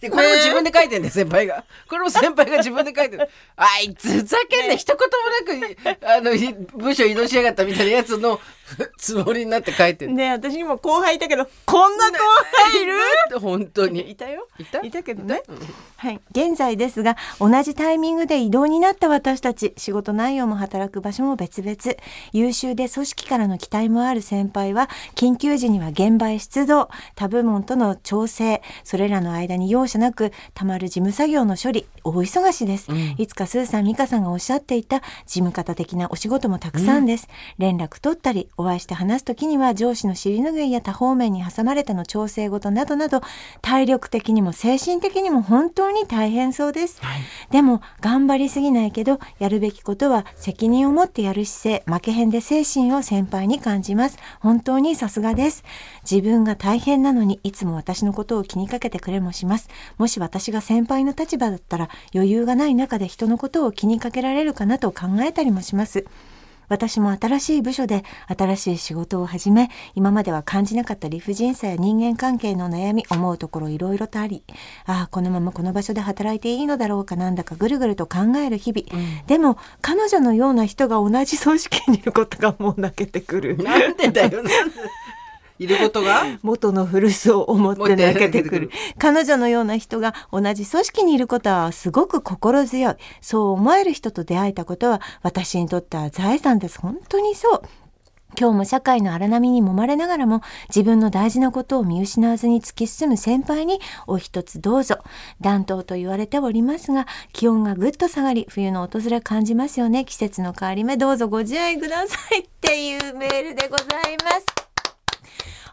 Speaker 1: でこれも自分で書いてんだよ先輩がこれも先輩が自分で書いてるあいつふざけんな、一言もなくあのい部署移動しやがったみたいなやつのつもりになって書いてる、
Speaker 2: ねえ私にも後輩いたけどこんな後輩いる
Speaker 1: 本当 に
Speaker 2: いたよ
Speaker 1: いた
Speaker 2: いたけどね
Speaker 1: うん
Speaker 2: はい、現在ですが同じタイミングで異動になった私たち仕事内容も働く場所も別々優秀で組織からの期待もある先輩は緊急時には現場へ出動他部門との調整それらの間に容赦なくたまる事務作業の処理大忙しです、いつかスーさん美香さんがおっしゃっていた事務方的なお仕事もたくさんです、連絡取ったりお会いして話す時には上司の尻拭いや他方面に挟まれての調整事などなど体力的にも精神的にも本当に大変そうです、でも頑張りすぎないけどやるべきことは責任を持ってやる姿勢負けへんで精神を先輩に感じます本当にさすがです自分が大変なのにいつも私のことを気にかけてくれもしますもし私が先輩の立場だったら余裕がない中で人のことを気にかけられるかなと考えたりもします私も新しい部署で新しい仕事を始め今までは感じなかった理不尽さや人間関係の悩み思うところいろいろとありああこのままこの場所で働いていいのだろうかなんだかぐるぐると考える日々、でも彼女のような人が同じ組織にいることがもう泣けてくる
Speaker 1: なんでだよなんでいることが
Speaker 2: 元の古巣を思って泣けてく
Speaker 1: 持って泣けてくる
Speaker 2: る 彼女のような人が同じ組織にいることはすごく心強いそう思える人と出会えたことは私にとっては財産です本当にそう今日も社会の荒波に揉まれながらも自分の大事なことを見失わずに突き進む先輩にお一つどうぞ暖冬と言われておりますが気温がぐっと下がり冬の訪れ感じますよね季節の変わり目どうぞご自愛くださいっていうメールでございます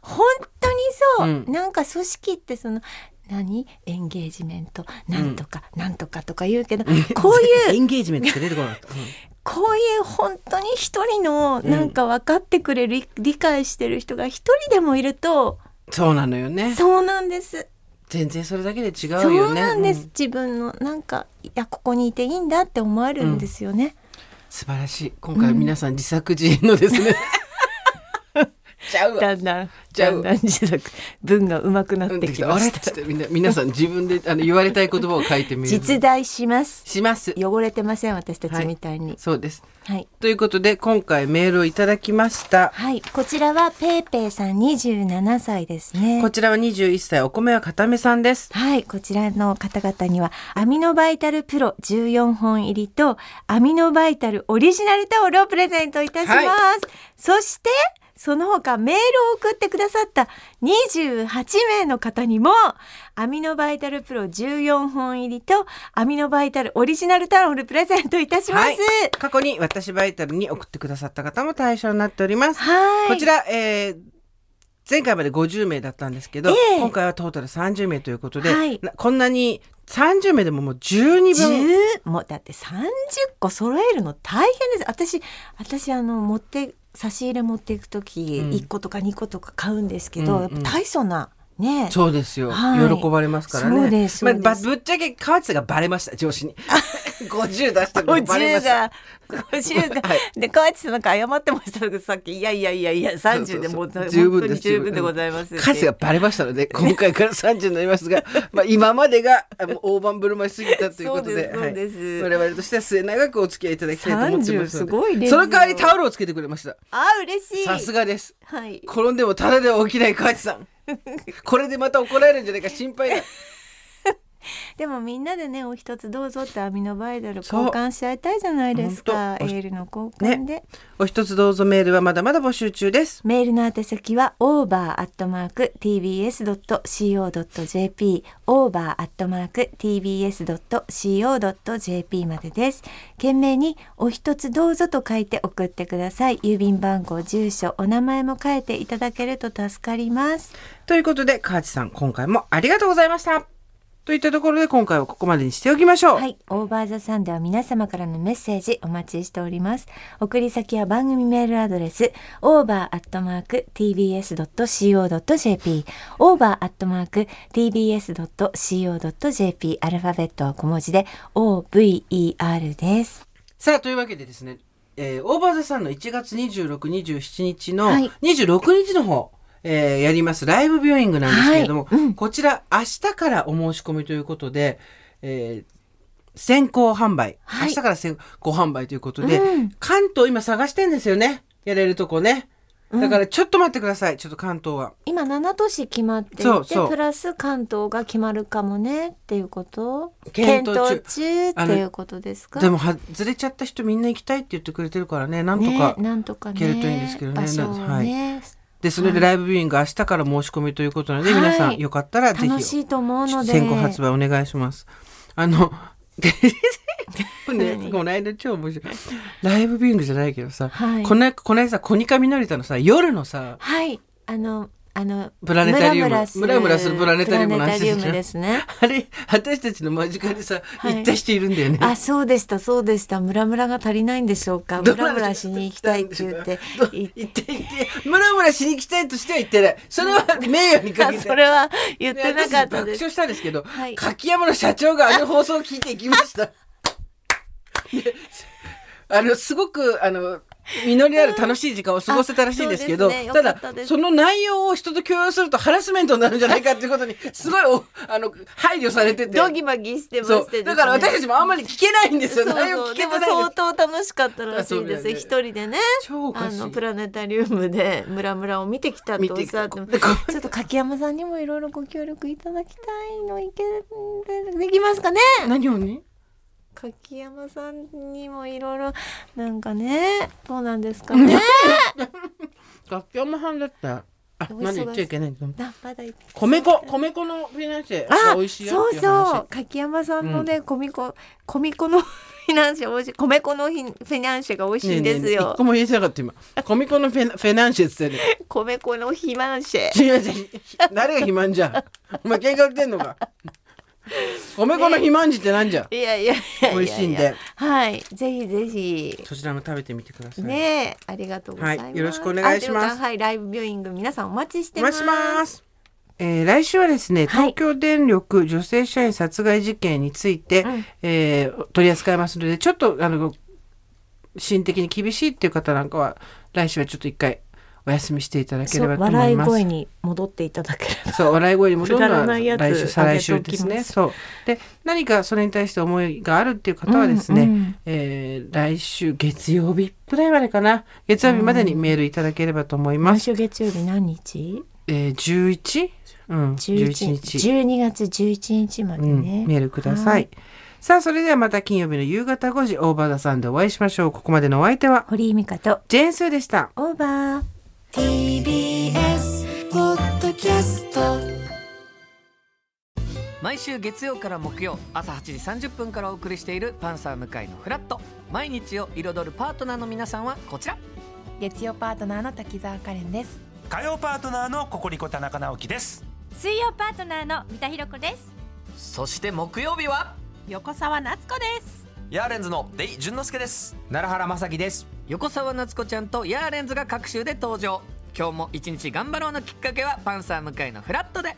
Speaker 2: 本当にそう、
Speaker 1: うん
Speaker 2: なんか組織ってその何エンゲージメントなんとか、なんとかとか言うけど、こういう
Speaker 1: エンゲージメントって出てこなかった、うん
Speaker 2: こういう本当に一人のなんか分かってくれる、理解してる人が一人でもいると
Speaker 1: そうなのよね
Speaker 2: そうなんです
Speaker 1: 全然それだけで違うよね
Speaker 2: そうなんです、
Speaker 1: うん
Speaker 2: 自分のなんかいやここにいていいんだって思えるんですよね、
Speaker 1: 素晴らしい今回は皆さん自作自演のですね、ちゃうわ
Speaker 2: だんだん
Speaker 1: ち
Speaker 2: だ
Speaker 1: ゃうん
Speaker 2: だん自作文が上手くなってきま
Speaker 1: あれっ
Speaker 2: した、
Speaker 1: つってみんな皆さん自分であの言われたい言葉を書いてみる
Speaker 2: 実在します
Speaker 1: します
Speaker 2: 汚れてません私たちみたいに
Speaker 1: そうです
Speaker 2: はい
Speaker 1: ということで今回メールをいただきました
Speaker 2: はい、こちらはペーペーさん27歳ですね
Speaker 1: こちらは21歳お米は固めさんです
Speaker 2: はい、こちらの方々には、アミノバイタルプロ14本入りと、アミノバイタルオリジナルタオルをプレゼントいたします。
Speaker 1: はい
Speaker 2: そして、その他メールを送ってくださった28名の方にも、アミノバイタルプロ14本入りと、アミノバイタルオリジナルタオルプレゼントいたします。
Speaker 1: 過去に私バイタルに送ってくださった方も対象になっております
Speaker 2: はい。
Speaker 1: こちら、えー前回まで50名だったんですけど、
Speaker 2: ええ
Speaker 1: 今回はトータル30名ということで、
Speaker 2: はい
Speaker 1: なこんなに30名でももう12分
Speaker 2: 10もうだって30個揃えるの大変です私私あの持って差し入れ持っていく時、
Speaker 1: うん
Speaker 2: 1個とか2個とか買うんですけど、
Speaker 1: うんうん
Speaker 2: やっぱ大層なね
Speaker 1: そうですよ、
Speaker 2: はい
Speaker 1: 喜ばれますからね
Speaker 2: そうです
Speaker 1: まあ
Speaker 2: そう
Speaker 1: ば
Speaker 2: です
Speaker 1: ぶっちゃけ川内さんがバレました上司に 50出したのがバレま
Speaker 2: 50
Speaker 1: した
Speaker 2: が50が、
Speaker 1: はい
Speaker 2: で河内さんなんか謝ってましたけどさっき「いやいやいやいや30でもう
Speaker 1: そうそうそう
Speaker 2: 本当に十分でございます」
Speaker 1: 数がバレました ので今回から30になりますがまあ今までがあの大盤振る舞いすぎたということで
Speaker 2: そうですそうです
Speaker 1: はい、我々としては末永くお付き合いいただきたいと思ってますの
Speaker 2: 30す
Speaker 1: で
Speaker 2: ごいね
Speaker 1: その代わりタオルをつけてくれました
Speaker 2: あ嬉しい
Speaker 1: さすがです
Speaker 2: はい
Speaker 1: 転んでもただでは起きない河内さ んこれでまた怒られるんじゃないか心配だ
Speaker 2: でもみんなでねお一つどうぞってアミノバイタル
Speaker 1: そう
Speaker 2: 交換し合いたいじゃないですかエ
Speaker 1: 本当
Speaker 2: ールの交換で。
Speaker 1: お一つどうぞメールはまだまだ募集中です
Speaker 2: メールの宛先は over.tbs.co.jp over.tbs.co.jp までです。懸命にお一つどうぞと書いて送ってください。郵便番号、住所、お名前も書いていただけると助かります。
Speaker 1: ということで河内さん今回もありがとうございましたといったところで今回はここまでにしておきましょう。
Speaker 2: はい、オーバーザサンでは皆様からのメッセージお待ちしております。送り先は番組メールアドレス over@tbs.co.jp、over@tbs.co.jp、アルファベットは小文字で over です。
Speaker 1: さあというわけでですね、えーオーバーザさんの1月26、27日の
Speaker 2: はい
Speaker 1: 26日の方、えーやりますライブビューイングなんですけれども、
Speaker 2: はいうん
Speaker 1: こちら明日からお申し込みということで、えー先行販売、
Speaker 2: はい
Speaker 1: 明日から先行販売ということで、
Speaker 2: うん
Speaker 1: 関東今探してんですよねやれるとこねだからちょっと待ってくださいちょっと関東は
Speaker 2: 今7都市決まっていて
Speaker 1: そうそう
Speaker 2: プラス関東が決まるかもねっていうこと
Speaker 1: 検討中
Speaker 2: 検討中っていうことですか
Speaker 1: でも外れちゃった人みんな行きたいって言ってくれてるからねなんとか、
Speaker 2: ね、なんとかね
Speaker 1: 行けるといいんですけどね
Speaker 2: 場所をね、
Speaker 1: でそれでライブビューイング明日から申し込みということなので、
Speaker 2: はい
Speaker 1: 皆さんよかったらぜ
Speaker 2: 楽
Speaker 1: ひ
Speaker 2: しいと思うので
Speaker 1: 先行発売お願いします。あの、でこれね、
Speaker 2: 何
Speaker 1: この間超面白い。ライブビューイングじゃないけどさ、
Speaker 2: はい
Speaker 1: このこの間さ、コニカミノリタのさ、夜のさ、
Speaker 2: はいあのあの
Speaker 1: プラネタリウ
Speaker 2: ム
Speaker 1: ム
Speaker 2: ラム
Speaker 1: ムラムラするプラネタリウムの話
Speaker 2: プラネタリウムですね
Speaker 1: あれ、私たちの間近でさ、
Speaker 2: はい
Speaker 1: 行った人いるんだよね。
Speaker 2: あそうでしたそうでしたムラムラが足りないんでしょうか
Speaker 1: ど
Speaker 2: ム
Speaker 1: うな
Speaker 2: ラ
Speaker 1: ん
Speaker 2: ム
Speaker 1: で
Speaker 2: ラしに行きたいって言って
Speaker 1: どう行って行って、ムラムラしに行きたいとしては言ってない。それは名誉にか
Speaker 2: あ
Speaker 1: けて
Speaker 2: そ。れは言ってなかった
Speaker 1: で私爆
Speaker 2: です
Speaker 1: 笑したんですけど、
Speaker 2: はい
Speaker 1: 柿山の社長があの放送を聞いていきま した。であのすごくあの実りある楽しい時間を過ごせたらしいんですけど、
Speaker 2: あそうですね
Speaker 1: た
Speaker 2: よかったです
Speaker 1: だその内容を人と共有するとハラスメントになるんじゃないかっていうことにすごいおあの配慮されてて。
Speaker 2: ドギマギしてまして
Speaker 1: そうだから私た
Speaker 2: ち
Speaker 1: ちもあんまり聞けないんで
Speaker 2: そ
Speaker 1: す
Speaker 2: う
Speaker 1: よ。内容
Speaker 2: そう
Speaker 1: 聞けて
Speaker 2: でも
Speaker 1: ないんです
Speaker 2: 相当楽しかったらしいで
Speaker 1: あそう
Speaker 2: す
Speaker 1: だよね
Speaker 2: 一人でね
Speaker 1: 超お
Speaker 2: あ
Speaker 1: かしい
Speaker 2: のプラネタリウムでムラムラを見てきたっておっしゃって
Speaker 1: 見てきた
Speaker 2: ちょっと柿山さんにもいろいろご協力いただきたいのいけできますかね
Speaker 1: 何をね。
Speaker 2: 柿山さんにもいろいろなんかねどうなんですかね
Speaker 1: 楽器もはんだったら。あ、
Speaker 2: お忙しい
Speaker 1: まだ言っちゃいけないけど。
Speaker 2: なまだい
Speaker 1: 米粉、米粉のフィナンシェが
Speaker 2: あ
Speaker 1: 美味しいよっ
Speaker 2: そう
Speaker 1: ていう話。
Speaker 2: そう柿山さんのね、米粉米粉のフィナンシェ美味しい米粉のフィナンシェが美味しいんです
Speaker 1: ねえねえねえ
Speaker 2: よ
Speaker 1: 一、個も言えてな かった今。コミコのフェナフェナンシェっつってね。
Speaker 2: 米粉のフィナンシェ
Speaker 1: 違う違う。誰が肥満じゃん。お前喧嘩売ってんのか。米粉の肥満児ってなんじゃん。
Speaker 2: いやいやいやいや
Speaker 1: 美味しいんで
Speaker 2: はいぜひぜひ
Speaker 1: そちらも食べてみてください。
Speaker 2: ねえありがとうございます、
Speaker 1: はいよろしくお願いします
Speaker 2: あとうかはいライブビューイング皆さんお待ちして
Speaker 1: お
Speaker 2: ま
Speaker 1: 待ち
Speaker 2: す
Speaker 1: します。えー来週はですね、
Speaker 2: はい
Speaker 1: 東京電力女性社員殺害事件について、
Speaker 2: うん
Speaker 1: えー取り扱いますので、ちょっと、あの、心的に厳しいっていう方なんかは、来週はちょっと一回お休みしていただけ
Speaker 2: そ
Speaker 1: れ
Speaker 2: う
Speaker 1: ばと思います。
Speaker 2: 笑い声に戻っていただければ
Speaker 1: そう笑い声に戻るの
Speaker 2: くだ
Speaker 1: は
Speaker 2: らないやつ
Speaker 1: 来週再来週で
Speaker 2: あげて
Speaker 1: す
Speaker 2: おきま
Speaker 1: ね。
Speaker 2: す
Speaker 1: そうで何かそれに対して思いがあるっていう方はですね、
Speaker 2: うんうん
Speaker 1: えー来週月曜日くらいまでかな月曜日までにメールいただければと思いま
Speaker 2: 毎
Speaker 1: す。
Speaker 2: 週月曜日何日
Speaker 1: えー、11? うん11
Speaker 2: 11
Speaker 1: 日
Speaker 2: 12月11日まで
Speaker 1: うん
Speaker 2: ね、
Speaker 1: メールくださ。
Speaker 2: はい
Speaker 1: さあそれではまた金曜日の夕方5時オーバーザさんでお会いしましょう。ここまでのお相手は
Speaker 2: 堀井美香と
Speaker 1: ジェーンスーでした。
Speaker 2: オーバー
Speaker 3: TBS ポッドキャスト
Speaker 4: 毎週月曜から木曜朝8時30分からお送りしている「パンサー向井のフラット」毎日を彩るパートナーの皆さんはこちら
Speaker 5: 月曜パートナーの滝沢カレンです
Speaker 6: 火曜パートナーのココリコ田中直樹です
Speaker 7: 水曜パートナーの三田寛子です
Speaker 4: そして木曜日は
Speaker 7: 横澤夏子です
Speaker 8: ヤーレンズのデイ淳之介です奈良原まさきです
Speaker 4: 横澤夏子ちゃんとヤーレンズが各週で登場今日も一日頑張ろうのきっかけは「パンサー向井のフラットで」